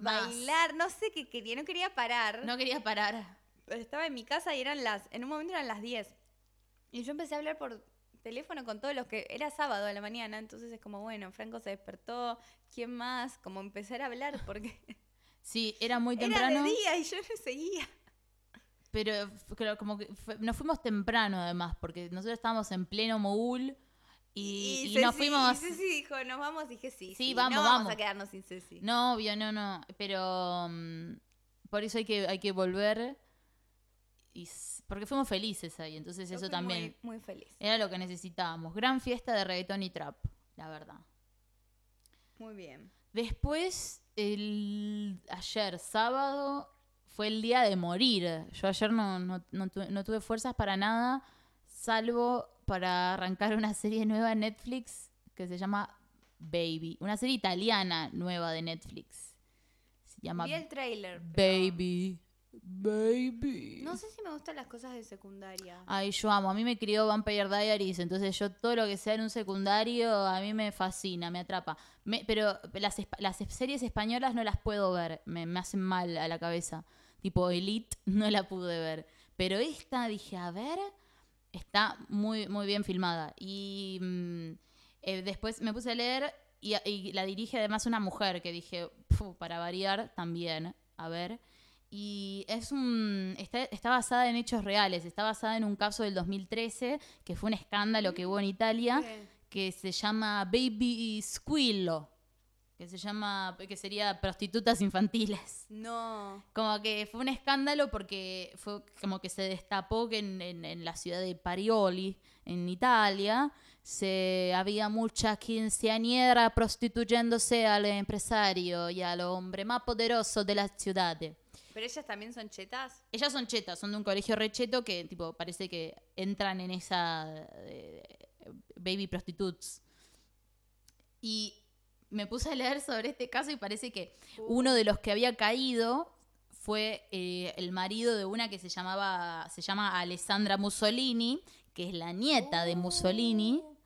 S1: Más.
S2: bailar, no sé qué quería, no quería parar.
S1: No quería parar.
S2: Pero estaba en mi casa y eran las, en un momento eran las 10. Y yo empecé a hablar por teléfono con todos los que, era sábado a la mañana, entonces es como, bueno, Franco se despertó, ¿quién más? Como empezar a hablar, porque
S1: Sí, era muy
S2: era de
S1: temprano.
S2: día y yo no seguía.
S1: Pero f- creo como que fue- nos fuimos temprano además, porque nosotros estábamos en pleno mogul y, y nos
S2: Ceci-
S1: fuimos.
S2: y Ceci dijo, nos vamos, dije sí.
S1: Sí, vamos,
S2: no vamos.
S1: vamos.
S2: a quedarnos sin Ceci.
S1: No, obvio, no, no. Pero mm, por eso hay que, hay que volver. Y, s- porque fuimos felices ahí, entonces
S2: Yo
S1: eso
S2: fui
S1: también
S2: Muy, muy feliz.
S1: era lo que necesitábamos. Gran fiesta de reggaetón y trap, la verdad.
S2: Muy bien.
S1: Después, el, ayer, sábado, fue el día de morir. Yo ayer no, no- no tuve, no tuve fuerzas para nada, salvo para arrancar una serie nueva en Netflix que se llama Baby. Una serie italiana nueva de Netflix. Se llama
S2: Vi el trailer.
S1: Baby. Baby.
S2: No sé si me gustan las cosas de secundaria.
S1: Ay, yo amo. A mí me crió Vampire Diaries, entonces yo todo lo que sea en un secundario a mí me fascina, me atrapa. Me- pero las, espa- las series españolas no las puedo ver, me, me hacen mal a la cabeza. Tipo Elite no la pude ver. Pero esta dije, a ver, está muy, muy bien filmada. Y mm, eh, después me puse a leer y, y la dirige además una mujer que dije, "Fu, para variar también, a ver. Y es un. Está, está basada en hechos reales. Está basada en un caso del 2013, que fue un escándalo que hubo en Italia,
S2: Ok.
S1: que se llama Baby Squillo, que se llama. que sería prostitutas infantiles.
S2: No.
S1: Como que fue un escándalo porque fue como que se destapó que en, en- en la ciudad de Parioli, en Italia, se había mucha quinceañera prostituyéndose al empresario y al hombre más poderoso de la ciudad.
S2: Pero ellas también son chetas.
S1: Ellas son chetas, son de un colegio recheto que tipo parece que entran en esa eh, baby prostitutes. Y me puse a leer sobre este caso y parece que uno de los que había caído fue eh, el marido de una que se llamaba se llama Alessandra Mussolini, que es la nieta
S2: Oh.
S1: de Mussolini,
S2: Uh.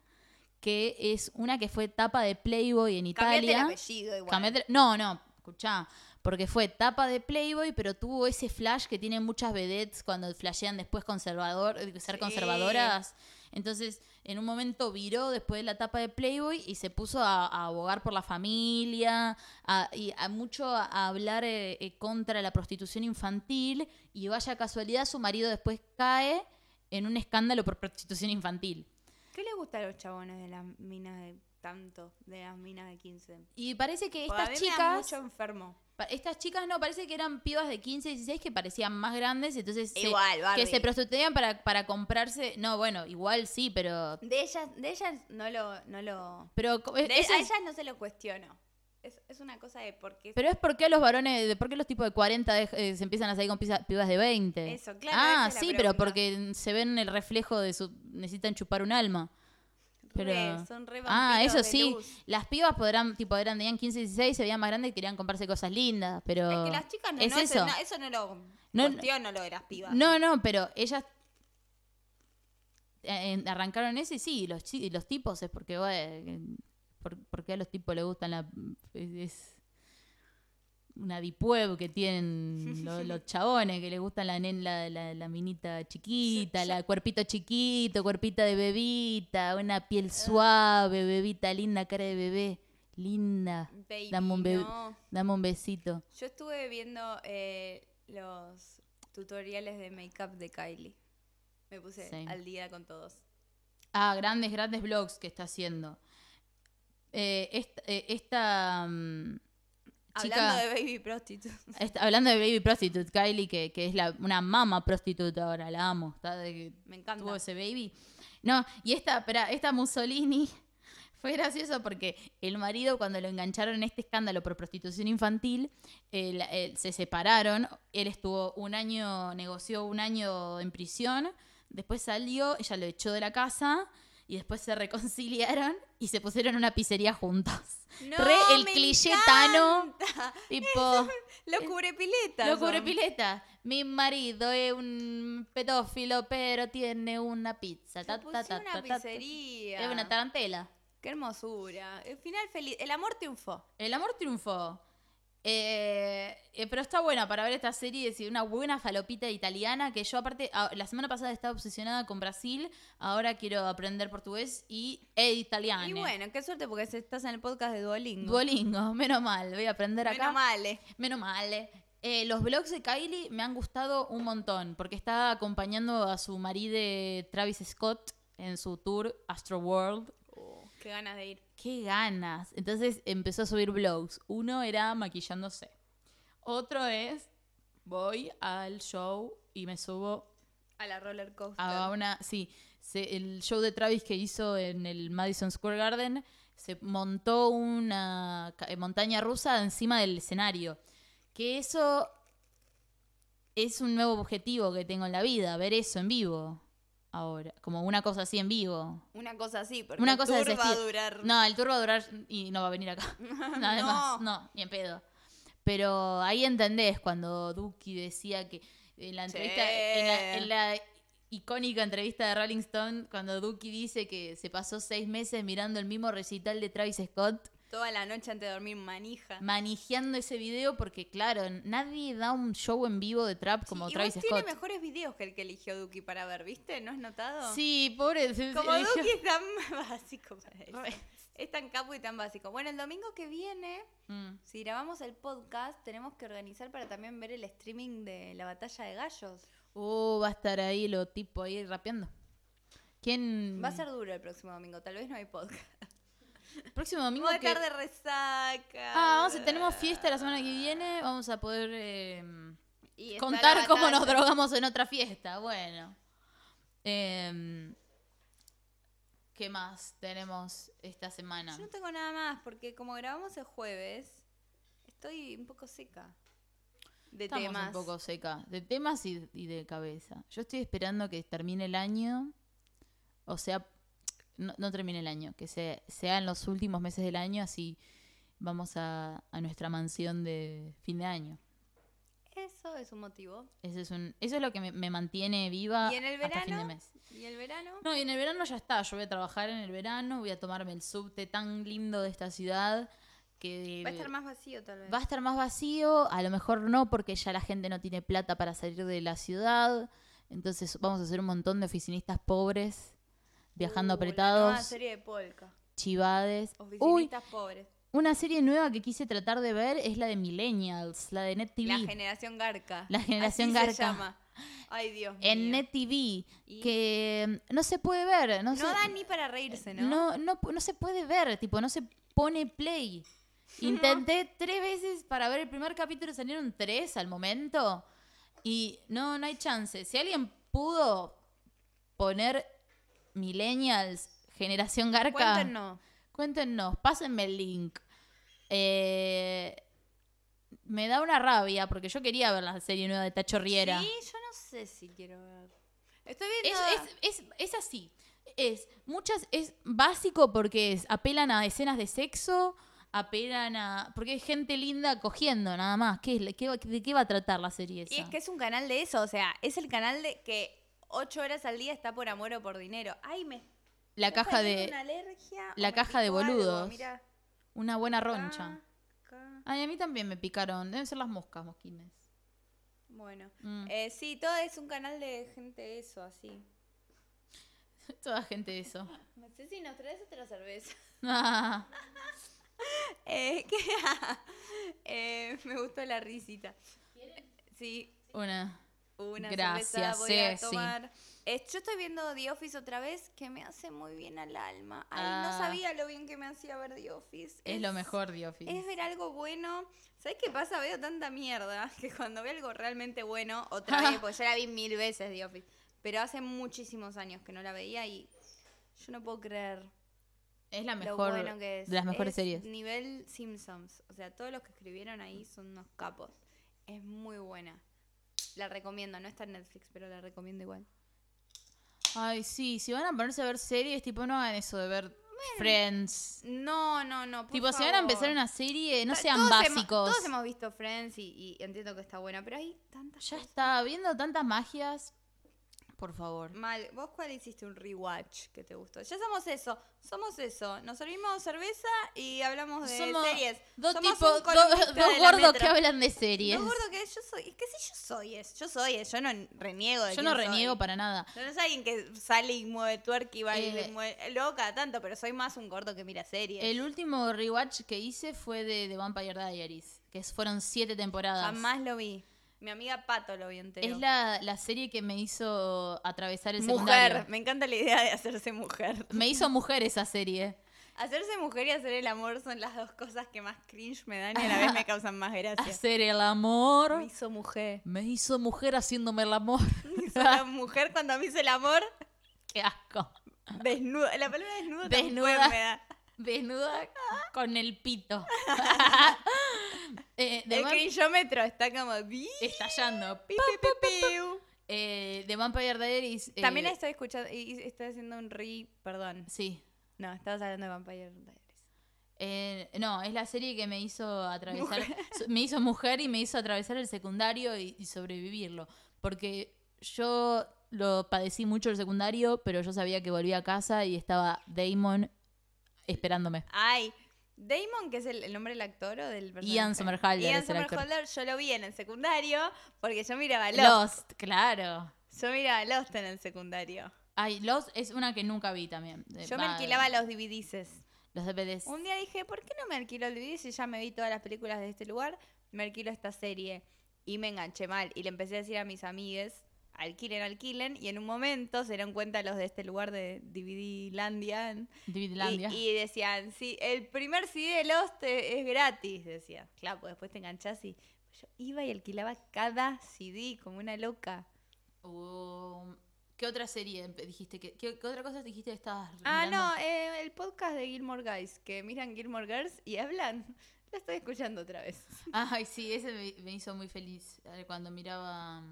S1: que es una que fue tapa de Playboy en
S2: Cambiate
S1: Italia.
S2: el apellido igual.
S1: Cambiate- No, no, escuchá. Porque fue tapa de Playboy, pero tuvo ese flash que tienen muchas vedettes cuando flashean después conservador, eh, ser
S2: Sí.
S1: conservadoras. Entonces, en un momento viró después de la tapa de Playboy y se puso a, a abogar por la familia, a, y a mucho a, a hablar eh, eh, contra la prostitución infantil. Y vaya casualidad, su marido después cae en un escándalo por prostitución infantil.
S2: ¿Qué les gusta a los chabones de las minas de tanto? De las minas de 15.
S1: Y parece que
S2: Porque a
S1: estas
S2: mí me dan
S1: chicas.
S2: mucho enfermo.
S1: Pa- Estas chicas no, parece que eran pibas de 15, 16 que parecían más grandes, entonces se-
S2: Igual, Barbie.
S1: que se prostituían para, para comprarse. No, bueno, igual sí, pero.
S2: De ellas, de ellas no lo, no lo.
S1: Pero, co-
S2: De
S1: es-
S2: a
S1: Eh, es-
S2: ellas no se lo cuestiono. Es, es una cosa de por qué
S1: pero es porque a los varones, de por qué los tipos de 40 dej- eh, se empiezan a salir con pisa- pibas de 20.
S2: Eso, claro, esa
S1: Ah,
S2: es la
S1: sí, pero
S2: pregunta.
S1: porque se ven el reflejo de su. Necesitan chupar un alma. Pero...
S2: Re, son re
S1: ah,
S2: vampiros
S1: eso
S2: de
S1: sí.
S2: luz.
S1: Las pibas podrán, tipo, eran, tenían 15, 16, se veían más grandes y querían comprarse cosas lindas, pero.
S2: Es que las chicas no,
S1: es
S2: no,
S1: eso.
S2: no, eso no lo
S1: No, no.
S2: cuestiono lo de las pibas.
S1: No, no, pero ellas eh, en- arrancaron ese y sí, los, chi- los tipos es porque, bueno, eh, por- porque a los tipos les gustan la... Es, es una dipueb que tienen lo- los, chabones, que les gustan la, nen- la, la, la minita chiquita, la cuerpito chiquito, cuerpita de bebita, una piel suave, bebita linda, cara de bebé, linda.
S2: Baby,
S1: dame, un bebé-
S2: no.
S1: dame un besito.
S2: Yo estuve viendo eh, los tutoriales de make-up de Kylie. Me puse
S1: Sí.
S2: al día con todos.
S1: Ah, grandes, grandes blogs que está haciendo. Eh, est- eh, esta, mm, chica,
S2: Hablando de baby prostitute.
S1: esta- hablando de Baby Prostitute, Kylie, que, que es la- una mama prostituta ahora, la amo. Está de que
S2: Me encanta.
S1: tuvo ese baby. No, y esta, espera, esta Mussolini Fue gracioso porque el marido, cuando lo engancharon en este escándalo por prostitución infantil, él- él- se separaron. Él estuvo un año, negoció un año en prisión. Después salió, ella lo echó de la casa y después se reconciliaron y se pusieron en una pizzería juntas. Re el
S2: me
S1: cliché tano,
S2: encanta.
S1: tipo.
S2: Lo cubre pileta.
S1: Lo cubre pileta. Mi marido es un pedófilo, pero tiene una pizza. Ta, ta, ta, ta,
S2: una
S1: ta, ta.
S2: pizzería.
S1: Es una tarantela.
S2: Qué hermosura. El final feliz. El amor triunfó.
S1: El amor triunfó. Eh, eh, pero está buena para ver esta serie, es una buena falopita italiana que yo aparte, a- la semana pasada estaba obsesionada con Brasil, ahora quiero aprender portugués y e italiano.
S2: Y bueno, qué suerte porque estás en el podcast de Duolingo.
S1: Duolingo, menos mal, voy a aprender
S2: Menos
S1: acá.
S2: mal, eh.
S1: Menos mal. Eh, los blogs de Kylie me han gustado un montón porque está acompañando a su marido eh, Travis Scott en su tour Astro World.
S2: Oh, qué ganas de ir.
S1: ¡Qué ganas! Entonces empezó a subir blogs. Uno era maquillándose. Otro es voy al show y me subo
S2: A la roller coaster.
S1: a una. Sí, se- el show de Travis que hizo en el Madison Square Garden se montó una ca- eh, montaña rusa encima del escenario. Que eso es un nuevo objetivo que tengo en la vida, ver eso en vivo. Ahora, como una cosa así en vivo.
S2: Una cosa así, porque
S1: Una cosa de
S2: el tour
S1: ese
S2: va a
S1: estilo.
S2: durar.
S1: No, el tour va a durar y no va a venir acá. Nada
S2: No.
S1: más, no, ni en pedo. Pero ahí entendés cuando Duki decía que en la entrevista, en la, en la icónica entrevista de Rolling Stone, cuando Duki dice que se pasó seis meses mirando el mismo recital de Travis Scott,
S2: Toda la noche antes de dormir, manija.
S1: manejando ese video, porque claro, nadie da un show en vivo de trap como
S2: Sí,
S1: Travis
S2: igual tiene
S1: Scott.
S2: mejores videos que el que eligió Duki para ver, ¿viste? ¿No has notado?
S1: Sí, pobre. se-
S2: Como
S1: eligió-
S2: Duki es tan básico para eso. Es tan capo y tan básico. Bueno, el domingo que viene,
S1: Mm.
S2: si grabamos el podcast, tenemos que organizar para también ver el streaming de la batalla de gallos.
S1: Uh, va a estar ahí lo tipo ahí rapeando. ¿Quién?
S2: Va a ser duro el próximo domingo, tal vez no hay podcast.
S1: Próximo domingo.
S2: Vamos a
S1: que-
S2: estar de resaca.
S1: Ah, vamos a, tenemos fiesta la semana que viene. Vamos a poder eh,
S2: Y está la
S1: contar cómo nos
S2: batalla.
S1: drogamos en otra fiesta. Bueno. Em, ¿Qué más tenemos esta semana?
S2: Yo no tengo nada más, porque como grabamos el jueves, estoy un poco seca de
S1: Estamos
S2: temas.
S1: un poco seca. De temas y, y de cabeza. Yo estoy esperando que termine el año. O sea, no, no termine el año. Que se, sea en los últimos meses del año. Así vamos a, a nuestra mansión de fin de año.
S2: Eso es un motivo.
S1: Eso es, un, eso es lo que me, me mantiene viva
S2: ¿Y en el
S1: hasta fin de
S2: verano?
S1: mes.
S2: ¿Y el verano?
S1: No, y en el verano ya está. Yo voy a trabajar en el verano, voy a tomarme el subte tan lindo de esta ciudad que
S2: Va a estar más vacío tal vez.
S1: va a estar más vacío. A lo mejor no, porque ya la gente no tiene plata para salir de la ciudad. Entonces vamos a ser un montón de oficinistas pobres, viajando
S2: Uh, La nueva
S1: apretados,
S2: serie de Polka.
S1: chivades. Uy,
S2: Oficinistas pobres.
S1: una serie nueva que quise tratar de ver es la de Millennials, la de Net TV.
S2: La generación Garca.
S1: La generación
S2: Así
S1: Garca.
S2: Se llama. Ay, Dios
S1: en
S2: mío.
S1: Net TV,
S2: Y-
S1: que mm, no se puede ver. No,
S2: No
S1: sé-
S2: da ni para reírse, ¿no?
S1: No, no, pu- no se puede ver, tipo, no se pone play. Intenté tres veces para ver el primer capítulo, salieron tres al momento. Y no, no hay chance. Si alguien pudo poner Millennials, Generación Garca,
S2: Cuéntenos.
S1: cuéntenos, pásenme el link. Eh, me da una rabia porque yo quería ver la serie nueva de Tacho Riera.
S2: Sí, yo no sé si quiero ver. Estoy
S1: Es,
S2: viendo.
S1: es- es- es así. Es muchas es básico porque es, apelan a escenas de sexo, apelan a porque es gente linda cogiendo nada más. ¿Qué es la- qué va- de qué va a tratar la serie esa?
S2: Y es que es un canal de eso, o sea, es el canal de que ocho horas al día está por amor o por dinero. Ay, me.
S1: la
S2: me
S1: caja
S2: salió
S1: de
S2: una alergia o
S1: la
S2: me
S1: caja de
S2: picó algo,
S1: boludos.
S2: mirá.
S1: una buena
S2: Acá,
S1: roncha.
S2: acá.
S1: Ay, a mí también me picaron, deben ser las moscas, mosquines.
S2: Bueno.
S1: Mm.
S2: Eh, sí, todo es un canal de gente eso, así.
S1: Toda gente de eso.
S2: No sé si nos traes otra cerveza.
S1: Ah,
S2: Eh, que- eh, me gustó la risita. Sí,
S1: una.
S2: una
S1: Gracias,
S2: cerveza voy a
S1: Ceci.
S2: tomar. Eh, yo estoy viendo The Office otra vez, que me hace muy bien al alma. Ay,
S1: Ah.
S2: no sabía lo bien que me hacía ver The Office.
S1: Es, lo mejor de Office.
S2: Es ver algo bueno. ¿Sabes qué pasa? Veo tanta mierda que cuando veo algo realmente bueno, otra vez, porque ya la vi mil veces The Office. Pero hace muchísimos años que no la veía y yo no puedo creer
S1: Es la
S2: lo
S1: mejor
S2: bueno que es.
S1: de las mejores
S2: Es
S1: series.
S2: Nivel Simpsons. O sea, todos los que escribieron ahí son unos capos. Es muy buena. La recomiendo, no está en Netflix, pero la recomiendo igual.
S1: Ay, sí, si van a ponerse a ver series, tipo, no hagan eso de ver Friends.
S2: No, no, no. por
S1: Tipo, si van a empezar
S2: favor.
S1: una serie, no
S2: Ta-
S1: sean
S2: todos hemos-
S1: básicos.
S2: todos hemos visto Friends y, y entiendo que está buena, pero hay tantas
S1: Ya
S2: cosas.
S1: está, viendo tantas magias. Por favor.
S2: Mal, ¿vos cuál hiciste un rewatch que te gustó? Ya somos eso, somos eso. Nos servimos cerveza y hablamos de
S1: Somos
S2: series.
S1: dos
S2: Somos
S1: tipos, dos,
S2: un columnista
S1: dos
S2: de la
S1: gordos
S2: Metro.
S1: que hablan de series.
S2: Dos gordos que yo soy. Es que sí, yo soy es. Yo soy es. Yo no reniego de
S1: Yo
S2: quién
S1: no
S2: soy.
S1: reniego para nada.
S2: Yo no soy alguien que sale y mueve twerk y va y
S1: Eh,
S2: le mueve. Luego cada tanto, pero soy más un gordo que mira series.
S1: El último rewatch que hice fue de The Vampire Diaries, que es- fueron siete temporadas.
S2: Jamás lo vi. Mi amiga Pato lo vio entero.
S1: Es la, la serie que me hizo atravesar el secundario.
S2: mujer. Me encanta la idea de hacerse mujer.
S1: Me hizo mujer esa serie.
S2: Hacerse mujer y hacer el amor son las dos cosas que más cringe me dan y a la vez me causan más gracia.
S1: Hacer el amor.
S2: Me hizo mujer.
S1: Me hizo mujer haciéndome el amor.
S2: Me hizo la mujer cuando me hizo el amor
S1: Qué asco.
S2: desnuda. La palabra desnuda, también
S1: Desnuda.
S2: me da.
S1: Desnuda con el pito. Eh, The
S2: El
S1: Vamp-
S2: cringeómetro está como... pi,
S1: Estallando.
S2: pi, pi, pi, piu.
S1: Eh, The Vampire Diaries. eh,
S2: También estoy escuchando, y y estoy haciendo un re, perdón.
S1: Sí.
S2: No, estabas hablando de Vampire Diaries.
S1: Eh, no, es la serie que me hizo atravesar, so- me hizo mujer y me hizo atravesar el secundario y, y sobrevivirlo. Porque yo lo padecí mucho el secundario, pero yo sabía que volvía a casa y estaba Damon esperándome.
S2: Ay, Damon, que es el, el nombre del actor o del personaje.
S1: Ian Somerhalder
S2: Ian
S1: es el actor.
S2: Somerhalder, yo lo vi en el secundario porque yo miraba Lost.
S1: Lost, claro.
S2: Yo miraba Lost en el secundario.
S1: Ay, Lost es una que nunca vi también. De-
S2: Yo me
S1: va,
S2: alquilaba los DVDs.
S1: los DVDs.
S2: Un día dije, ¿por qué no me alquilo el DVD si ya me vi todas las películas de este lugar? Me alquilo esta serie. Y me enganché mal. Y le empecé a decir a mis amigues, alquilen, alquilen. Y en un momento se dieron cuenta los de este lugar de DVDlandia. en- Y,
S1: Dividilandia.
S2: y decían, sí, el primer CD de Lost eh, es gratis, decía. Claro, pues después te enganchás y... Yo iba y alquilaba cada CD como una loca.
S1: Um, ¿Qué otra serie em, dijiste? que- ¿Qué, qué otra cosa dijiste que estabas
S2: Ah,
S1: mirando?
S2: no, eh, el podcast de Gilmore Guys, que miran Gilmore Girls y hablan. La estoy escuchando otra vez.
S1: Ay, sí, ese me, me hizo muy feliz eh, cuando miraba,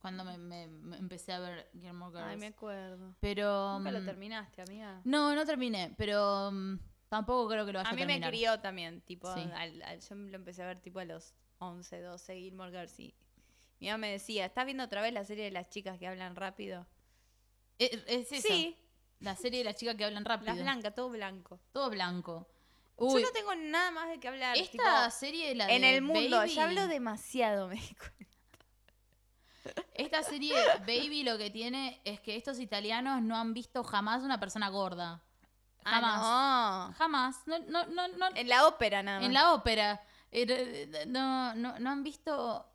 S1: cuando me, me- me empecé a ver Gilmore Girls.
S2: Ay, me acuerdo.
S1: Pero...
S2: Nunca lo
S1: mm,
S2: terminaste, amiga.
S1: No, no terminé, pero mm, tampoco creo que lo vaya
S2: a
S1: a
S2: mí me
S1: terminar. Eh,
S2: crió también, tipo,
S1: Sí.
S2: al- al- yo lo empecé a ver tipo a los 11, 12, Gilmore Girls y mi mamá me decía, ¿estás viendo otra vez la serie de las chicas que hablan rápido?
S1: Eh, Es, esa,
S2: Sí,
S1: la serie de las chicas que hablan rápido.
S2: las blancas, todo blanco.
S1: Todo blanco.
S2: Yo
S1: Uy,
S2: no tengo nada más de qué hablar. tipo,
S1: esta serie, la
S2: en
S1: de
S2: el mundo,
S1: Baby-
S2: ya hablo demasiado, me di cuenta.
S1: Esta serie Baby lo que tiene es que estos italianos no han visto jamás una persona gorda. Jamás.
S2: Ah,
S1: Jamás. No, no, no, no-
S2: Eh, no. En la ópera nada más.
S1: En la ópera. Era- No, no, no han visto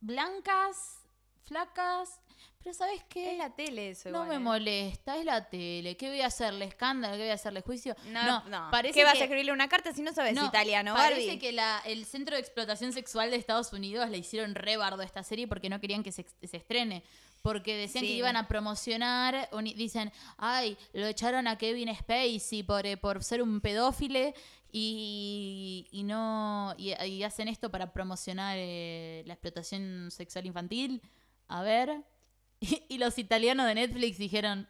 S1: blancas, flacas, pero ¿sabes qué?
S2: Es la tele eso
S1: no
S2: igual,
S1: me
S2: ¿eh?
S1: molesta, es la tele. ¿Qué voy a hacerle? ¿Escándalo? ¿Qué voy a hacerle? ¿Juicio?
S2: No, no.
S1: parece
S2: ¿Qué vas
S1: que-
S2: a escribirle una carta si no sabes
S1: no,
S2: italiano,
S1: Parece
S2: Barbie?
S1: que la- el Centro de Explotación Sexual de Estados Unidos le hicieron rebardo a esta serie porque no querían que se, ex- se estrene. Porque decían
S2: Sí,
S1: que iban
S2: no.
S1: a promocionar, un- dicen, ay, lo echaron a Kevin Spacey por, eh, por ser un pedófile y, y no y, y hacen esto para promocionar eh, la explotación sexual infantil. A ver. Y, y los italianos de Netflix dijeron,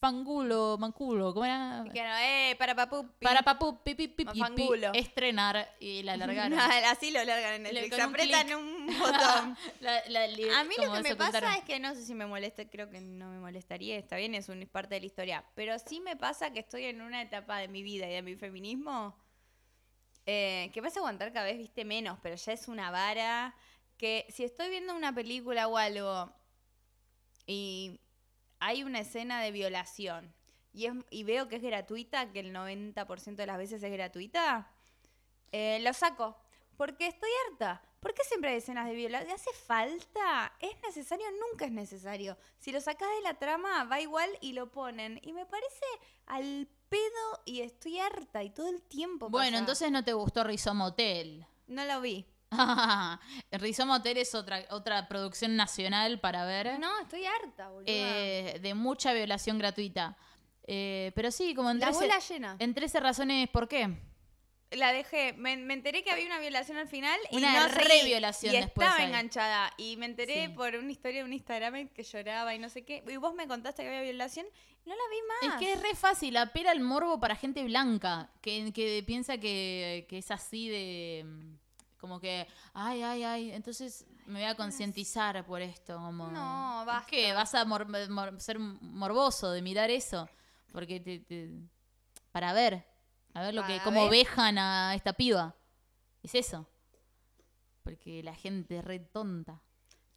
S1: fangulo, manculo, ¿cómo era?
S2: Que no, eh, para papu. pi-
S1: Para papu, pi, pi, pi, pi,
S2: Fangulo.
S1: pi, estrenar y la largaron.
S2: Así lo largan en
S1: Le-
S2: Netflix.
S1: con un
S2: apretan
S1: clic.
S2: un botón.
S1: La- la li-
S2: A mí lo
S1: como
S2: que me
S1: secundaria.
S2: pasa es que no sé si me molesta, creo que no me molestaría, está bien, es una parte de la historia, pero sí me pasa que estoy en una etapa de mi vida y de mi feminismo eh, que me hace aguantar cada vez, viste, menos, pero ya es una vara que si estoy viendo una película o algo y hay una escena de violación y, es- y veo que es gratuita, que el 90% de las veces es gratuita, eh, lo saco. Porque estoy harta. ¿Por qué siempre hay escenas de violencia? ¿Hace falta? ¿Es necesario? Nunca es necesario. Si lo sacás de la trama, va igual y lo ponen. Y me parece al pedo y estoy harta y todo el tiempo.
S1: Bueno,
S2: pasa.
S1: entonces no te gustó Rizoma Hotel.
S2: No lo vi.
S1: Rizoma Hotel es otra, otra producción nacional para ver.
S2: No, estoy harta, boludo.
S1: eh, de mucha violación gratuita. Eh, pero sí, como en
S2: La
S1: 13,
S2: bola llena.
S1: en 13 razones por qué.
S2: La dejé, me, me enteré que había una violación al final y
S1: Una
S2: no seguí.
S1: reviolación
S2: y
S1: después
S2: estaba
S1: hay.
S2: enganchada y me enteré
S1: Sí.
S2: por una historia de un Instagram que lloraba y no sé qué y vos me contaste que había violación, no la vi
S1: Es
S2: más.
S1: que es re fácil, apela al morbo para gente blanca, que, que piensa que, que es así de... mm, Como que, ay, ay, ay, entonces me voy a concientizar por esto. Como,
S2: No, basta.
S1: ¿Qué? ¿Vas a mor- mor- ser morboso de mirar eso? Porque te... te- para ver, a ver lo que,
S2: Para
S1: cómo
S2: ver.
S1: vejan a esta piba. Es eso. Porque la gente es re tonta.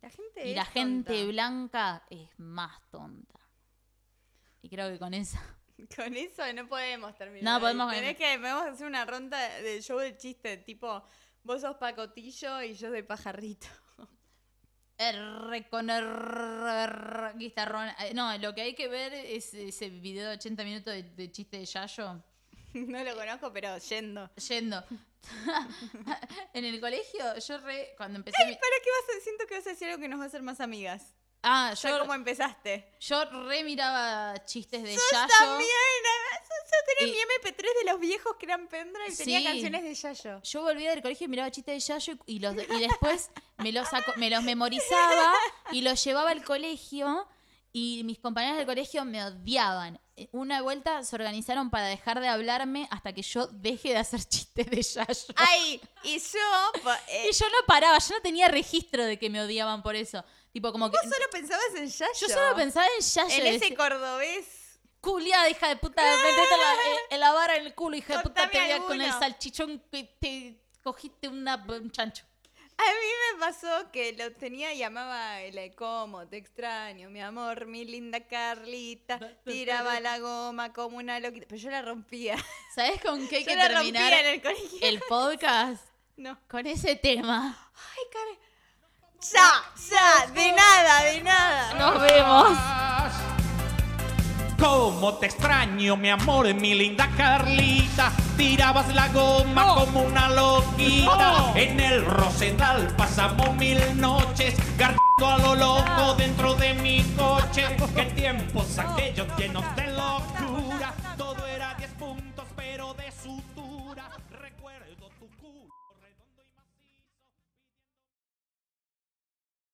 S2: la gente
S1: Y
S2: es
S1: la gente
S2: tonta.
S1: blanca es más tonta. Y creo que con esa.
S2: Con eso no podemos terminar.
S1: No,
S2: ahí.
S1: podemos-
S2: Tenés que podemos hacer una ronda de show de chiste, tipo vos sos pacotillo y yo soy pajarrito.
S1: R con R- guitarrón. Eh, No, lo que hay que ver es ese video de 80 minutos de, de chiste de Yayo.
S2: no lo conozco, pero yendo.
S1: Yendo. en el colegio, yo re. Cuando empecé. mi-
S2: Pero que vas a- siento que vas a decir algo que nos va a hacer más amigas.
S1: Ah,
S2: Ya
S1: yo,
S2: como empezaste.
S1: yo re miraba chistes de
S2: Yo
S1: Yayo.
S2: también, además, yo tenía
S1: Y-
S2: mi MP3 de los viejos que eran pendrive y tenía
S1: Sí.
S2: canciones de Yayo.
S1: Yo volvía del colegio y miraba chistes de Yayo y, y los, y después me los, saco- me los memorizaba y los llevaba al colegio y mis compañeras del colegio me odiaban. Eh, Una vuelta se organizaron para dejar de hablarme hasta que yo deje de hacer chistes de Yayo.
S2: Ay, y yo po- eh,
S1: Y yo no paraba, yo no tenía registro de que me odiaban por eso. Tipo como que...
S2: vos solo pensabas en Yayo.
S1: Yo solo pensaba en Yayo.
S2: en ese
S1: decía,
S2: cordobés.
S1: Culiada, hija de puta, metete en la, eh, en la vara en el culo, hija de puta, te
S2: Contame
S1: voy a- con el
S2: alguno.
S1: salchichón que te cogiste una, un chancho.
S2: A mí me pasó que lo tenía y llamaba el como, te extraño, mi amor, mi linda Carlita. Tiraba la goma como una loquita. Pero yo la rompía.
S1: ¿Sabes con qué hay
S2: Yo
S1: que
S2: la
S1: terminar
S2: rompía en el colegio.
S1: el podcast?
S2: No.
S1: Con ese tema.
S2: Ay, Karen. Ya, ya, de nada, de nada.
S1: Nos vemos.
S4: Cómo te extraño, mi amor, mi linda Carlita. Tirabas la goma como una loquita. En el Rosedal pasamos mil noches, gargando a lo loco dentro de mi coche. Qué tiempos aquellos llenos de locura. Todo era 10 puntos, pero de sutura.